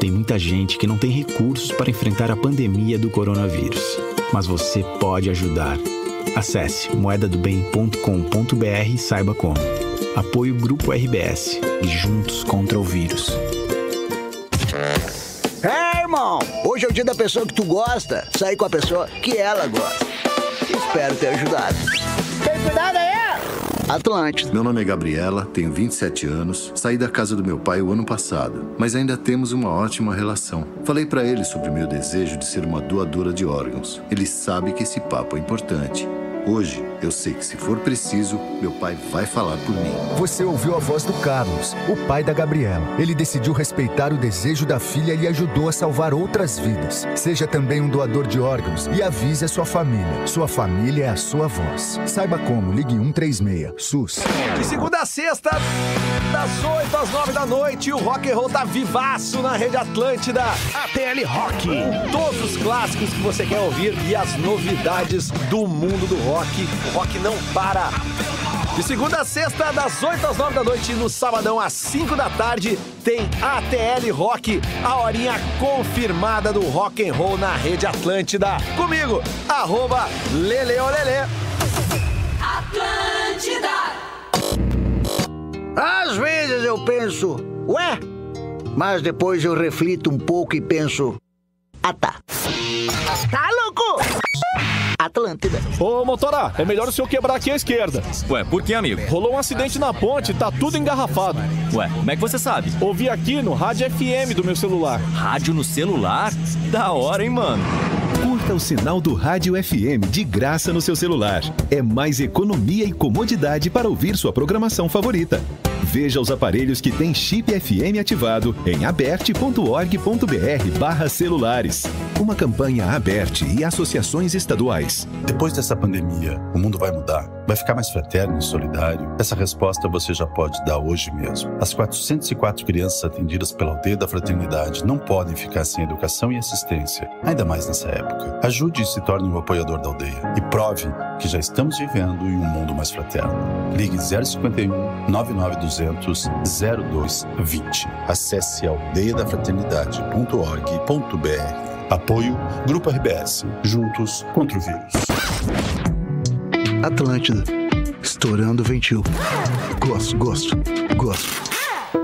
[SPEAKER 9] Tem muita gente que não tem recursos para enfrentar a pandemia do coronavírus, mas você pode ajudar. Acesse moedadobem.com.br e saiba como. Apoio Grupo RBS e Juntos contra o Vírus.
[SPEAKER 10] É, irmão. Hoje é o dia da pessoa que tu gosta. Sair com a pessoa que ela gosta. Espero ter ajudado. Tem cuidado aí! Atlântico.
[SPEAKER 6] Meu nome é Gabriela, tenho 27 anos, saí da casa do meu pai o ano passado, mas ainda temos uma ótima relação. Falei pra ele sobre o meu desejo de ser uma doadora de órgãos. Ele sabe que esse papo é importante. Hoje, eu sei que se for preciso, meu pai vai falar por mim.
[SPEAKER 7] Você ouviu a voz do Carlos, o pai da Gabriela. Ele decidiu respeitar o desejo da filha e ajudou a salvar outras vidas. Seja também um doador de órgãos e avise a sua família. Sua família é a sua voz. Saiba como, ligue 136, SUS.
[SPEAKER 3] De segunda a sexta, das 8 às 9 da noite, o rock and roll tá vivaço na Rede Atlântida. ATL Rock. Com todos os clássicos que você quer ouvir e as novidades do mundo do rock. O rock não para. De segunda a sexta, das 8 às 9 da noite, e no sabadão às 5 da tarde, tem ATL Rock, a horinha confirmada do rock and roll na Rede Atlântida. Comigo, arroba Leleolele.
[SPEAKER 10] Às vezes eu penso, ué? Mas depois eu reflito um pouco e penso, ah tá. Tá louco? Atlântida.
[SPEAKER 9] Ô, motorá, é melhor o senhor quebrar aqui à esquerda.
[SPEAKER 8] Ué, por que, amigo?
[SPEAKER 9] Rolou um acidente na ponte, tá tudo engarrafado.
[SPEAKER 8] Ué, como é que você sabe?
[SPEAKER 9] Ouvi aqui no rádio FM do meu celular.
[SPEAKER 8] Rádio no celular? Da hora, hein, mano?
[SPEAKER 9] Curta o sinal do Rádio FM de graça no seu celular. É mais economia e comodidade para ouvir sua programação favorita. Veja os aparelhos que têm chip FM ativado em aberte.org.br barra celulares. Uma campanha aberte e associações estaduais.
[SPEAKER 7] Depois dessa pandemia, o mundo vai mudar. Vai ficar mais fraterno e solidário? Essa resposta você já pode dar hoje mesmo. As 404 crianças atendidas pela aldeia da fraternidade não podem ficar sem educação e assistência, ainda mais nessa época. Ajude e se torne um apoiador da aldeia. E prove que já estamos vivendo em um mundo mais fraterno. Ligue 051 99200 0220. Acesse aldeiadafraternidade.org.br. Apoio Grupo RBS. Juntos contra o vírus.
[SPEAKER 10] Atlântida. Estourando o ventil. Gosto, gosto, gosto.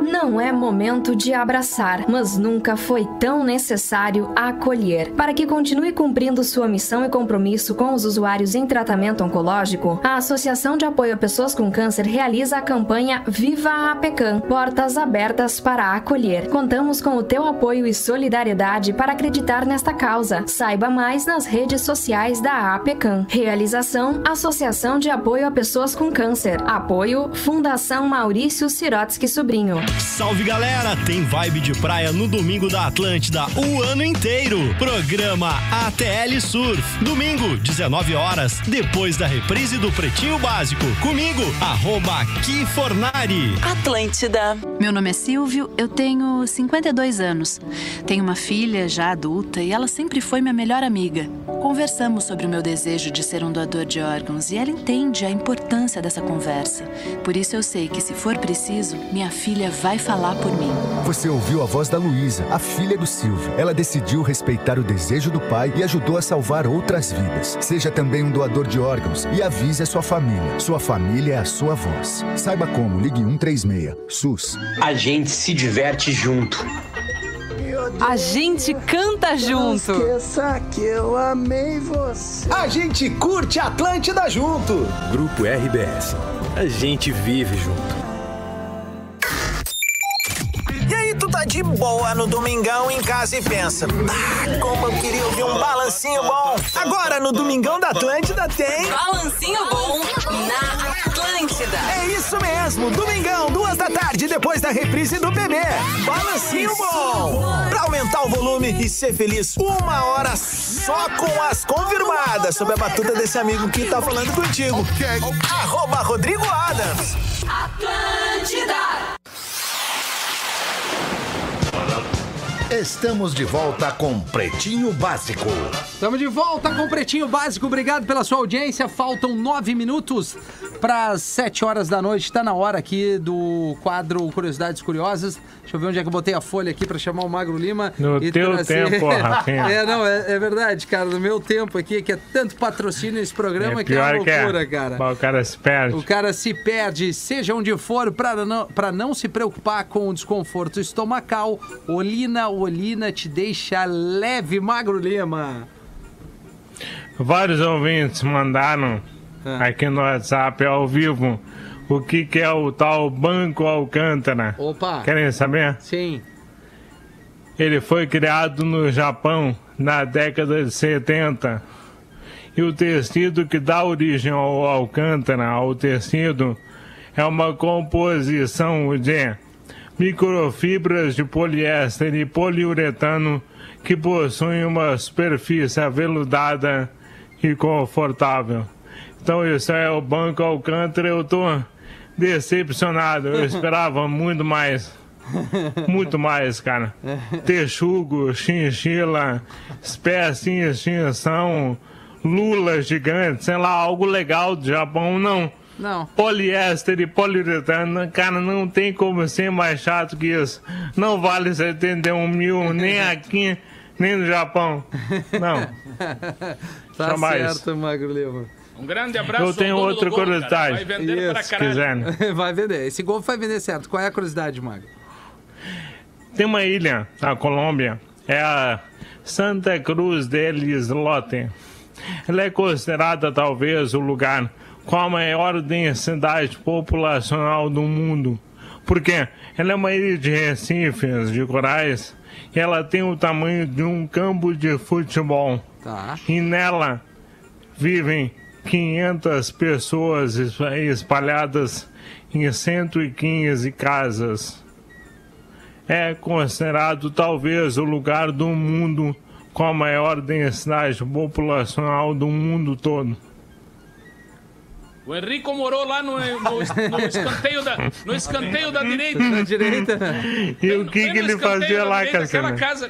[SPEAKER 11] Não é momento de abraçar, mas nunca foi tão necessário acolher. Para que continue cumprindo sua missão e compromisso com os usuários em tratamento oncológico, a Associação de Apoio a Pessoas com Câncer realiza a campanha Viva a PECAM Portas abertas para acolher. Contamos com o teu apoio e solidariedade para acreditar nesta causa. Saiba mais nas redes sociais da APECAM. Realização: Associação de Apoio a Pessoas com Câncer. Apoio: Fundação Maurício Sirotsky Sobrinho.
[SPEAKER 12] Salve galera, tem vibe de praia no domingo da Atlântida o ano inteiro. Programa ATL Surf. Domingo, 19 horas, depois da reprise do Pretinho Básico. Comigo, arroba Kifornari.
[SPEAKER 13] Atlântida. Meu nome é Silvio, eu tenho 52 anos. Tenho uma filha já adulta e ela sempre foi minha melhor amiga. Conversamos sobre o meu desejo de ser um doador de órgãos e ela entende a importância dessa conversa. Por isso eu sei que se for preciso, minha filha vai falar por mim.
[SPEAKER 14] Você ouviu a voz da Luísa, a filha do Silvio. Ela decidiu respeitar o desejo do pai e ajudou a salvar outras vidas. Seja também um doador de órgãos e avise a sua família. Sua família é a sua voz. Saiba como, ligue 136. SUS.
[SPEAKER 15] A gente se diverte junto.
[SPEAKER 16] A gente canta junto.
[SPEAKER 17] Esqueça que eu amei você.
[SPEAKER 18] A gente curte Atlântida junto.
[SPEAKER 19] Grupo RBS. A gente vive junto.
[SPEAKER 20] E aí tu tá de boa no Domingão em casa e pensa, ah, como eu queria ouvir um balancinho bom. Agora no Domingão da Atlântida tem...
[SPEAKER 13] Balancinho bom na Atlântida.
[SPEAKER 20] É isso mesmo, Domingão, duas da tarde, depois da reprise do bebê. Balancinho bom. Pra aumentar o volume e ser feliz, uma hora só com as confirmadas, sob a batuta desse amigo que tá falando contigo. Arroba Rodrigo Adams.
[SPEAKER 13] Atlântida.
[SPEAKER 21] Estamos de volta com Pretinho Básico.
[SPEAKER 2] Estamos de volta com o Pretinho Básico. Obrigado pela sua audiência. Faltam nove minutos para as sete horas da noite. Está na hora aqui do quadro Curiosidades Curiosas. Deixa eu ver onde é que eu botei a folha aqui para chamar o Magro Lima.
[SPEAKER 4] No teu tempo,
[SPEAKER 2] <laughs>
[SPEAKER 4] Rafinha.
[SPEAKER 2] É, não, é, é verdade, cara. No meu tempo aqui, que é tanto patrocínio esse programa
[SPEAKER 4] É
[SPEAKER 2] que é uma
[SPEAKER 4] pior que é.
[SPEAKER 2] loucura, cara.
[SPEAKER 4] Bah, O cara se perde.
[SPEAKER 2] O cara se perde, seja onde for, para não, pra não se preocupar com o desconforto estomacal. Olina, Olina te deixa leve, Magro Lima.
[SPEAKER 4] Vários ouvintes mandaram aqui no WhatsApp ao vivo o que, que é o tal Banco Alcântara.
[SPEAKER 2] Opa.
[SPEAKER 4] Querem saber?
[SPEAKER 2] Sim.
[SPEAKER 4] Ele foi criado no Japão na década de 70. E o tecido que dá origem ao Alcântara, ao tecido, é uma composição de microfibras de poliéster e poliuretano que possuem uma superfície aveludada e confortável. Então isso é o Banco Alcântara, eu tô decepcionado, eu esperava muito mais. Muito mais, cara. Texugo, chinchila, espécie em extinção, lula gigante, sei lá, algo legal do Japão, não.
[SPEAKER 2] Não.
[SPEAKER 4] Poliéster e poliuretano, cara, não tem como ser mais chato que isso. Não vale 71 mil, nem aqui, nem no Japão. Não.
[SPEAKER 2] tá
[SPEAKER 4] Jamais.
[SPEAKER 2] certo, Magro Lima. <laughs>
[SPEAKER 5] Um grande abraço.
[SPEAKER 4] Eu tenho
[SPEAKER 5] ao dono
[SPEAKER 4] outra
[SPEAKER 5] do gol, cara.
[SPEAKER 4] curiosidade.
[SPEAKER 5] Vai vender pra
[SPEAKER 4] se né?
[SPEAKER 5] caralho.
[SPEAKER 4] quiserem.
[SPEAKER 2] vai vender. Esse gol vai vender certo. Qual é a curiosidade, Magro?
[SPEAKER 4] Tem uma ilha na Colômbia, é a Santa Cruz del Islote. Ela é considerada talvez o lugar com a maior densidade populacional do mundo. Porque ela é uma ilha de recifes, de corais, e ela tem o tamanho de um campo de futebol.
[SPEAKER 2] Tá.
[SPEAKER 4] E nela vivem 500 pessoas espa- espalhadas em 115 casas é considerado talvez o lugar do mundo com a maior densidade populacional do mundo todo.
[SPEAKER 5] O Henrico morou lá no, no, no escanteio da, no escanteio da direita.
[SPEAKER 2] <laughs>
[SPEAKER 4] E o que, que ele fazia lá,
[SPEAKER 5] Aquela
[SPEAKER 4] Cassiano?
[SPEAKER 5] casa,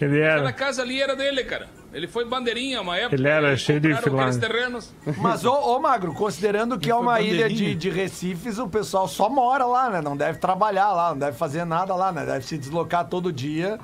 [SPEAKER 4] Ele
[SPEAKER 5] aquela
[SPEAKER 4] era,
[SPEAKER 5] casa ali era dele, cara. Ele foi bandeirinha uma época.
[SPEAKER 4] ele era
[SPEAKER 5] compraram
[SPEAKER 4] xerife lá.
[SPEAKER 5] aqueles terrenos.
[SPEAKER 3] Mas, ô, ô, Magro, considerando que é uma ilha de, de Recifes, o pessoal só mora lá, né? Não deve trabalhar lá, não deve fazer nada lá, né? Deve se deslocar todo dia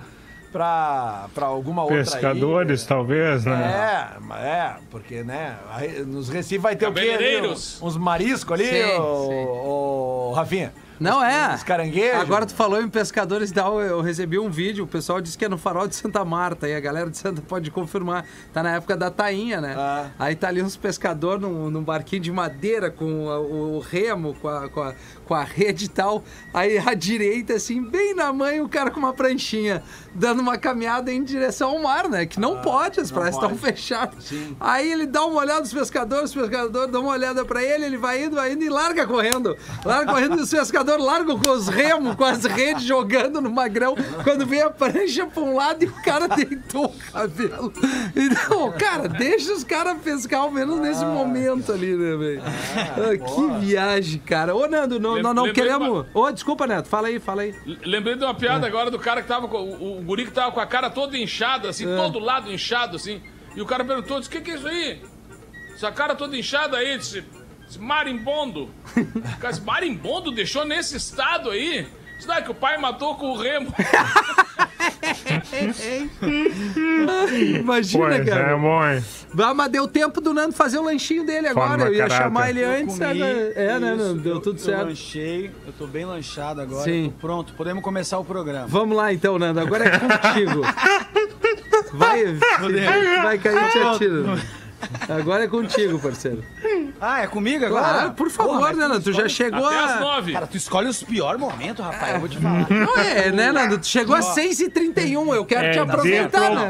[SPEAKER 3] pra, pra alguma outra ilha.
[SPEAKER 4] Pescadores, talvez, né?
[SPEAKER 3] É, mas é, porque, né? aí Nos Recifes vai ter o quê? ali?
[SPEAKER 4] Cabeleireiros.
[SPEAKER 3] Uns mariscos ali,
[SPEAKER 4] Sim,
[SPEAKER 3] ô, ô, Rafinha?
[SPEAKER 2] Não é.
[SPEAKER 3] Os caranguejos.
[SPEAKER 2] Agora tu falou em pescadores da eu, eu recebi um vídeo, o pessoal disse que é no farol de Santa Marta, e a galera de Santa pode confirmar. Tá na época da tainha, né?
[SPEAKER 3] Ah.
[SPEAKER 2] Aí tá ali uns pescadores num, num barquinho de madeira com a- o, o remo, com a, com, a, com a rede e tal. Aí à direita, assim, bem na mãe, o cara com uma pranchinha, dando uma caminhada em direção ao mar, né? Que não pode, as
[SPEAKER 3] Ah, não
[SPEAKER 2] praias estão
[SPEAKER 3] pode.
[SPEAKER 2] fechadas.
[SPEAKER 3] Sim.
[SPEAKER 2] Aí ele dá uma olhada nos pescadores, os pescadores dão uma olhada pra ele, ele vai indo, vai indo e larga correndo. Larga correndo e os pescadores largam com os remos, com as redes, jogando no magrão. Quando vem a prancha pra um lado e o cara deitou o cabelo. Então, cara, deixa os caras pescar ao menos
[SPEAKER 1] Ah.
[SPEAKER 2] nesse momento ali, né, velho? Ah, que viagem, cara. Ô, Nando, não,
[SPEAKER 5] Lem-
[SPEAKER 2] nós não
[SPEAKER 5] lembrei de
[SPEAKER 2] queremos. Ô, desculpa, Neto, fala aí, <laughs> fala aí.
[SPEAKER 5] Lembrei de uma piada agora do cara que tava com. O, o guri que tava com a cara toda inchada, assim, todo lado inchado, assim. E o cara perguntou: disse, o que, que é isso aí? Essa cara toda inchada aí, disse, disse, marimbondo. O cara disse, marimbondo deixou nesse estado aí? Disse, não, é que o pai matou com o remo.
[SPEAKER 2] Imagina,
[SPEAKER 4] pois
[SPEAKER 2] cara.
[SPEAKER 4] é, mãe.
[SPEAKER 2] Ah, mas deu tempo do Nando fazer o lanchinho dele
[SPEAKER 4] Forma
[SPEAKER 2] agora. Eu ia
[SPEAKER 4] caráter.
[SPEAKER 2] chamar ele
[SPEAKER 4] Eu
[SPEAKER 2] antes.
[SPEAKER 1] Comi,
[SPEAKER 2] agora- É, né?
[SPEAKER 1] isso,
[SPEAKER 2] Nando? Deu
[SPEAKER 1] eu-
[SPEAKER 2] tudo certo.
[SPEAKER 1] Eu lanchei, eu tô bem lanchado agora.
[SPEAKER 2] Sim.
[SPEAKER 1] Sim. pronto, podemos começar o programa.
[SPEAKER 2] Vamos lá então, Nando. Agora é contigo. Vai,
[SPEAKER 1] Rodrigo.
[SPEAKER 2] vai cair e te
[SPEAKER 1] Pronto.
[SPEAKER 2] atira. Agora é contigo, parceiro.
[SPEAKER 1] Ah, é comigo
[SPEAKER 2] Claro,
[SPEAKER 1] agora?
[SPEAKER 2] por favor,
[SPEAKER 1] mas
[SPEAKER 2] né, Nando? Tu já
[SPEAKER 1] escolhe-
[SPEAKER 2] chegou Até a- às nove.
[SPEAKER 1] Cara, tu escolhe os piores momentos, rapaz, eu vou te falar.
[SPEAKER 2] Não é, né, Nando? Tu chegou às
[SPEAKER 1] Ó.
[SPEAKER 2] 6h31. Eu quero
[SPEAKER 1] É,
[SPEAKER 2] te aproveitar, né?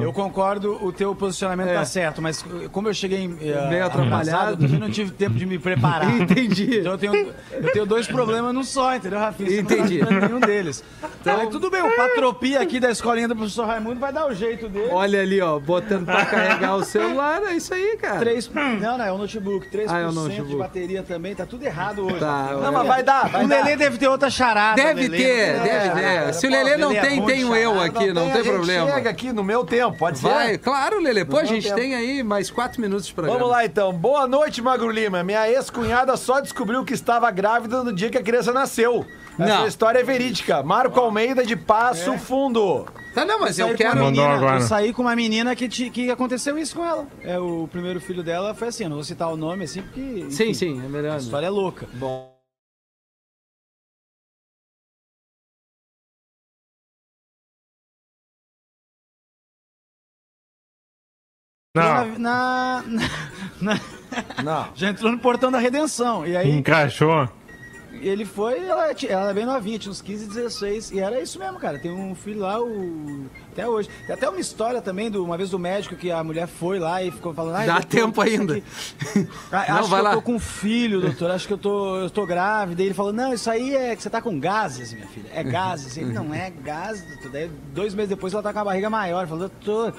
[SPEAKER 1] Eu concordo, o teu posicionamento tá certo, mas como eu cheguei eh,
[SPEAKER 2] É. Meio atrapalhado.
[SPEAKER 1] eu também não tive tempo de me preparar.
[SPEAKER 2] <laughs> Entendi.
[SPEAKER 1] Então eu tenho, eu tenho dois problemas num só, entendeu, Rafinha? Você
[SPEAKER 2] Entendi. Então-
[SPEAKER 1] Não tá ajudando nenhum deles. Mas tudo bem, o patropia aqui da escolinha do professor Raimundo vai dar o jeito dele.
[SPEAKER 2] Olha ali, ó, botando pra carregar o celular, é isso aí, cara.
[SPEAKER 1] Três, não, não, é o notebook. 3%
[SPEAKER 2] Ah, é o
[SPEAKER 1] de
[SPEAKER 2] notebook.
[SPEAKER 1] bateria também, tá tudo errado hoje.
[SPEAKER 2] Tá,
[SPEAKER 1] Rafinha.
[SPEAKER 2] olha.
[SPEAKER 1] não, mas vai dar.
[SPEAKER 2] vai
[SPEAKER 1] o
[SPEAKER 2] dar.
[SPEAKER 1] Lelê deve ter outra charada.
[SPEAKER 2] Deve
[SPEAKER 1] Lelê.
[SPEAKER 2] ter,
[SPEAKER 1] Não tem
[SPEAKER 2] deve
[SPEAKER 1] outra
[SPEAKER 2] ter.
[SPEAKER 1] charada.
[SPEAKER 2] É, Se o
[SPEAKER 1] Pô,
[SPEAKER 2] Lelê não
[SPEAKER 1] é
[SPEAKER 2] tem,
[SPEAKER 1] bom
[SPEAKER 2] tem
[SPEAKER 1] de
[SPEAKER 2] o
[SPEAKER 3] Ah,
[SPEAKER 2] eu
[SPEAKER 1] charada.
[SPEAKER 2] aqui, não
[SPEAKER 1] a
[SPEAKER 2] tem
[SPEAKER 1] gente
[SPEAKER 2] problema.
[SPEAKER 1] chega
[SPEAKER 3] aqui no meu tempo, pode ser?
[SPEAKER 2] Vai, claro, Lelê. Pô, a
[SPEAKER 3] Não
[SPEAKER 2] gente
[SPEAKER 3] deu
[SPEAKER 2] tem aí mais quatro minutos de programa.
[SPEAKER 3] Vamos lá então. Boa noite, Magro Lima. Minha ex-cunhada só descobriu que estava grávida no dia que a criança nasceu. Essa
[SPEAKER 2] Não. É.
[SPEAKER 3] história é verídica. Marco Almeida de Passo Fundo.
[SPEAKER 2] Tá, não, mas eu
[SPEAKER 1] saí com uma
[SPEAKER 2] quero.
[SPEAKER 1] menina- Eu saí com uma menina que, te- que aconteceu isso com ela. É, o primeiro filho dela foi assim, eu não vou citar o nome assim, porque.
[SPEAKER 2] Sim,
[SPEAKER 1] enfim,
[SPEAKER 2] sim, é melhor.
[SPEAKER 1] A história é louca.
[SPEAKER 3] Bom.
[SPEAKER 1] Na,
[SPEAKER 4] Não,
[SPEAKER 1] na- <laughs> na-
[SPEAKER 3] Não.
[SPEAKER 1] Já entrou no portão da redenção. E aí
[SPEAKER 4] encaixou.
[SPEAKER 1] ele foi, ela, ti- ela era bem novinha, tinha uns 15, 16. E era isso mesmo, cara. Tem um filho lá, o. Até hoje. Tem até uma história também, do, uma vez do médico, que a mulher foi lá e ficou falando. "Ai,
[SPEAKER 2] Dá
[SPEAKER 1] doutor,
[SPEAKER 2] tempo
[SPEAKER 1] isso
[SPEAKER 2] ainda.
[SPEAKER 1] aqui- Ah,
[SPEAKER 2] Não,
[SPEAKER 1] acho
[SPEAKER 2] vai
[SPEAKER 1] que
[SPEAKER 2] lá.
[SPEAKER 1] eu tô com um filho, doutor. Acho que eu tô, eu tô grávida. E ele falou: Não, isso aí é que você tá com gases, minha filha. É gases. Ele não é gases, doutor. Daí, dois meses depois ela tá com a barriga maior. Ele falou: Doutor,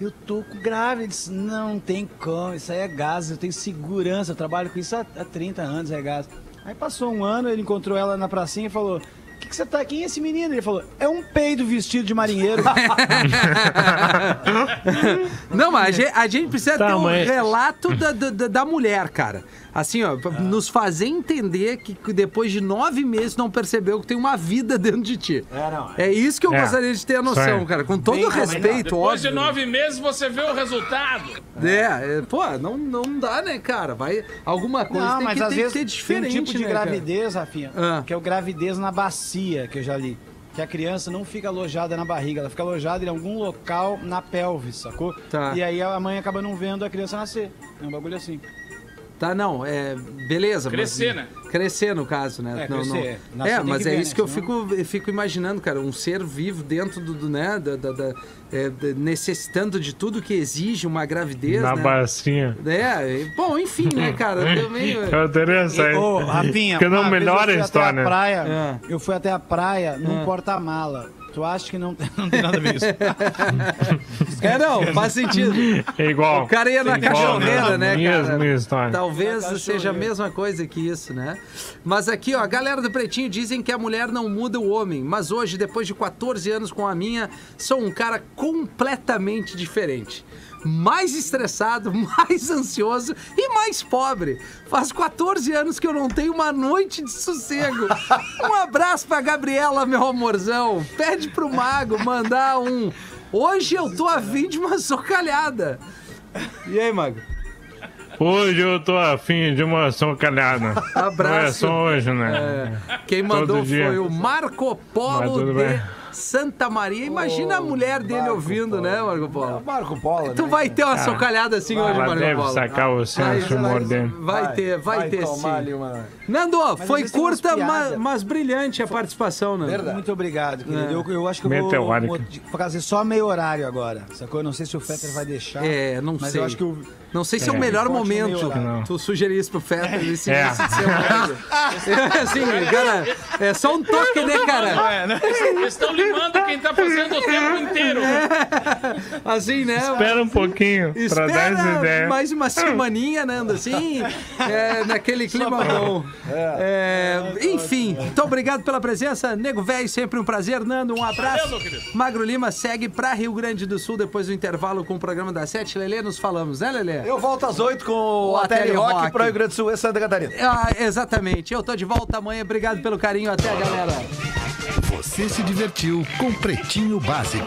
[SPEAKER 1] eu tô com grávida. Ele disse: Não tem como, isso aí é gases. Eu tenho segurança. Eu trabalho com isso há, há 30 anos, é gases. Aí passou um ano, ele encontrou ela na pracinha e falou. O que, que você tá? Quem é esse menino? Ele falou: é um peido vestido
[SPEAKER 2] <laughs>
[SPEAKER 1] de marinheiro.
[SPEAKER 2] Não, mas a gen- a gente, precisa
[SPEAKER 1] Tá,
[SPEAKER 2] ter um
[SPEAKER 1] mas-
[SPEAKER 2] relato da, da, da- da mulher, cara. Assim, ó,
[SPEAKER 5] Ah.
[SPEAKER 2] pra nos fazer entender que que depois de nove meses não percebeu que tem uma vida <laughs> dentro de ti. É,
[SPEAKER 1] não,
[SPEAKER 2] isso que eu
[SPEAKER 5] É.
[SPEAKER 2] gostaria de ter a noção,
[SPEAKER 5] Isso aí.
[SPEAKER 2] cara. Com todo
[SPEAKER 5] Bem
[SPEAKER 2] respeito,
[SPEAKER 5] Depois
[SPEAKER 2] óbvio.
[SPEAKER 5] de nove meses você vê o resultado.
[SPEAKER 2] É, é, pô, não, não dá, né, cara? Vai, alguma coisa
[SPEAKER 1] Não,
[SPEAKER 2] tem,
[SPEAKER 1] mas
[SPEAKER 2] que,
[SPEAKER 1] às
[SPEAKER 2] tem
[SPEAKER 1] vezes
[SPEAKER 2] que ser diferente,
[SPEAKER 1] tem um tipo de
[SPEAKER 2] né, cara? Ah.
[SPEAKER 1] gravidez, Rafinha, que é o gravidez na bacia, que eu já li. Que a criança não fica alojada na barriga, ela fica alojada em algum local na pelve, sacou?
[SPEAKER 2] Tá.
[SPEAKER 1] E aí a mãe acaba não vendo a criança nascer. É um bagulho assim.
[SPEAKER 2] Tá, não, é. Beleza,
[SPEAKER 1] Crescer,
[SPEAKER 2] mas,
[SPEAKER 1] né?
[SPEAKER 2] Crescer, no caso, né?
[SPEAKER 1] É,
[SPEAKER 2] não,
[SPEAKER 1] crescer,
[SPEAKER 2] não-
[SPEAKER 1] é. Nascer
[SPEAKER 2] É,
[SPEAKER 1] tem
[SPEAKER 2] mas
[SPEAKER 1] que
[SPEAKER 2] é
[SPEAKER 1] ver,
[SPEAKER 2] isso
[SPEAKER 1] né?
[SPEAKER 2] que eu fico, eu fico imaginando, cara. Um ser vivo dentro do. do, né? da- da- da- é, da- necessitando de tudo que exige uma gravidez.
[SPEAKER 4] Na
[SPEAKER 2] né?
[SPEAKER 4] bacinha.
[SPEAKER 2] É, e- bom, enfim, né, cara? Também.
[SPEAKER 4] <laughs> Eu é interessante.
[SPEAKER 1] Ô, Rafinha,
[SPEAKER 4] que não
[SPEAKER 1] uma vez
[SPEAKER 4] melhora
[SPEAKER 1] eu
[SPEAKER 4] a
[SPEAKER 1] fui até
[SPEAKER 4] história. né?
[SPEAKER 1] praia,
[SPEAKER 2] Ah.
[SPEAKER 1] Eu fui até a praia num porta-mala. Tu acha que não, não tem nada
[SPEAKER 2] <laughs>
[SPEAKER 1] a ver isso?
[SPEAKER 2] É, não, faz sentido.
[SPEAKER 4] É igual.
[SPEAKER 2] O cara ia na
[SPEAKER 4] Igual,
[SPEAKER 2] cachoeira, né,
[SPEAKER 4] Mesma
[SPEAKER 2] cara?
[SPEAKER 4] história.
[SPEAKER 2] Talvez seja a mesma coisa que isso, né? Mas aqui, ó, a galera do Pretinho dizem que a mulher não muda o homem. Mas hoje, depois de 14 anos com a minha, sou um cara completamente diferente. Mais estressado, <laughs> mais ansioso e mais pobre. Faz 14 anos que eu não tenho uma noite de <laughs> sossego. Um abraço pra Gabriela, meu amorzão. Pede pro Mago mandar um. Hoje eu tô afim de uma socalhada. E aí, Mago?
[SPEAKER 4] Hoje eu tô afim de uma socalhada.
[SPEAKER 2] Abraço.
[SPEAKER 4] Não é só hoje, né?
[SPEAKER 2] É, Quem mandou foi o Marco
[SPEAKER 4] Mas tudo
[SPEAKER 2] Polo
[SPEAKER 4] bem.
[SPEAKER 2] de Santa Maria. Imagina a mulher dele ouvindo, né, Marco Polo?
[SPEAKER 3] Marco Polo. né?
[SPEAKER 2] Tu Então vai ter uma socalhada assim hoje,
[SPEAKER 4] Ela
[SPEAKER 2] Marco
[SPEAKER 4] deve
[SPEAKER 2] Polo.
[SPEAKER 4] sacar o senso humor dele.
[SPEAKER 2] Ah, Vai ter, vai, ter sim. Nando,
[SPEAKER 1] Mas
[SPEAKER 2] foi
[SPEAKER 1] vocês têm umas
[SPEAKER 2] curta,
[SPEAKER 1] piadas.
[SPEAKER 2] mas, mas brilhante a participação, né?
[SPEAKER 1] Muito obrigado, querido.
[SPEAKER 2] É.
[SPEAKER 1] Eu, eu acho que eu vou,
[SPEAKER 2] Meteórica.
[SPEAKER 1] vou de- fazer só meio horário agora. Sacou? Eu não sei se o Fetter vai deixar.
[SPEAKER 2] É, não
[SPEAKER 1] mas
[SPEAKER 2] sei.
[SPEAKER 1] Eu acho que o-
[SPEAKER 2] Não sei se é, o
[SPEAKER 1] É.
[SPEAKER 2] melhor
[SPEAKER 1] Forte
[SPEAKER 2] momento.
[SPEAKER 1] meio horário.
[SPEAKER 2] Tu sugerir isso pro Feta nesse
[SPEAKER 1] É.
[SPEAKER 2] início de semana. É <laughs>
[SPEAKER 1] <laughs>
[SPEAKER 2] assim, cara, é só um toque, né, cara?
[SPEAKER 1] É.
[SPEAKER 5] Eles estão limando quem tá fazendo o tempo inteiro.
[SPEAKER 2] Assim, né?
[SPEAKER 4] Espera um pouquinho pra dar essa
[SPEAKER 2] Espera
[SPEAKER 4] ideia.
[SPEAKER 2] mais uma semaninha, né, Nando? Assim, é, naquele clima bom. É, enfim, muito obrigado pela presença. Nego Velho, sempre um prazer. Nando, um abraço.
[SPEAKER 5] Valeu, meu querido.
[SPEAKER 2] Magro Lima segue pra Rio Grande do Sul depois do intervalo com o programa da Sete. Lelê, nos falamos, né, Lelê?
[SPEAKER 3] Eu volto às oito com o Ateli Rock, pro Rio Grande do Sul e Santa Catarina.
[SPEAKER 2] Ah, exatamente. Eu tô de volta amanhã. Obrigado pelo carinho. Até, galera.
[SPEAKER 21] Você se divertiu com Pretinho Básico.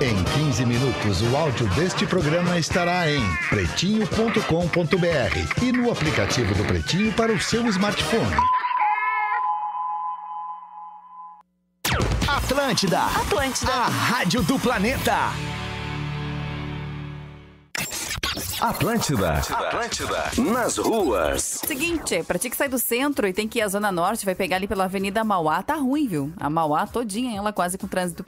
[SPEAKER 21] Em 15 minutos, o áudio deste programa estará em pretinho.com.br e no aplicativo do Pretinho para o seu smartphone.
[SPEAKER 20] Atlântida. Atlântida. A rádio do planeta.
[SPEAKER 6] Atlântida.
[SPEAKER 21] Atlântida.
[SPEAKER 6] Nas ruas.
[SPEAKER 22] Seguinte, pra ti que sai do centro e tem que ir à Zona Norte, vai pegar ali pela Avenida Mauá, tá ruim, viu? A Mauá todinha, ela quase com trânsito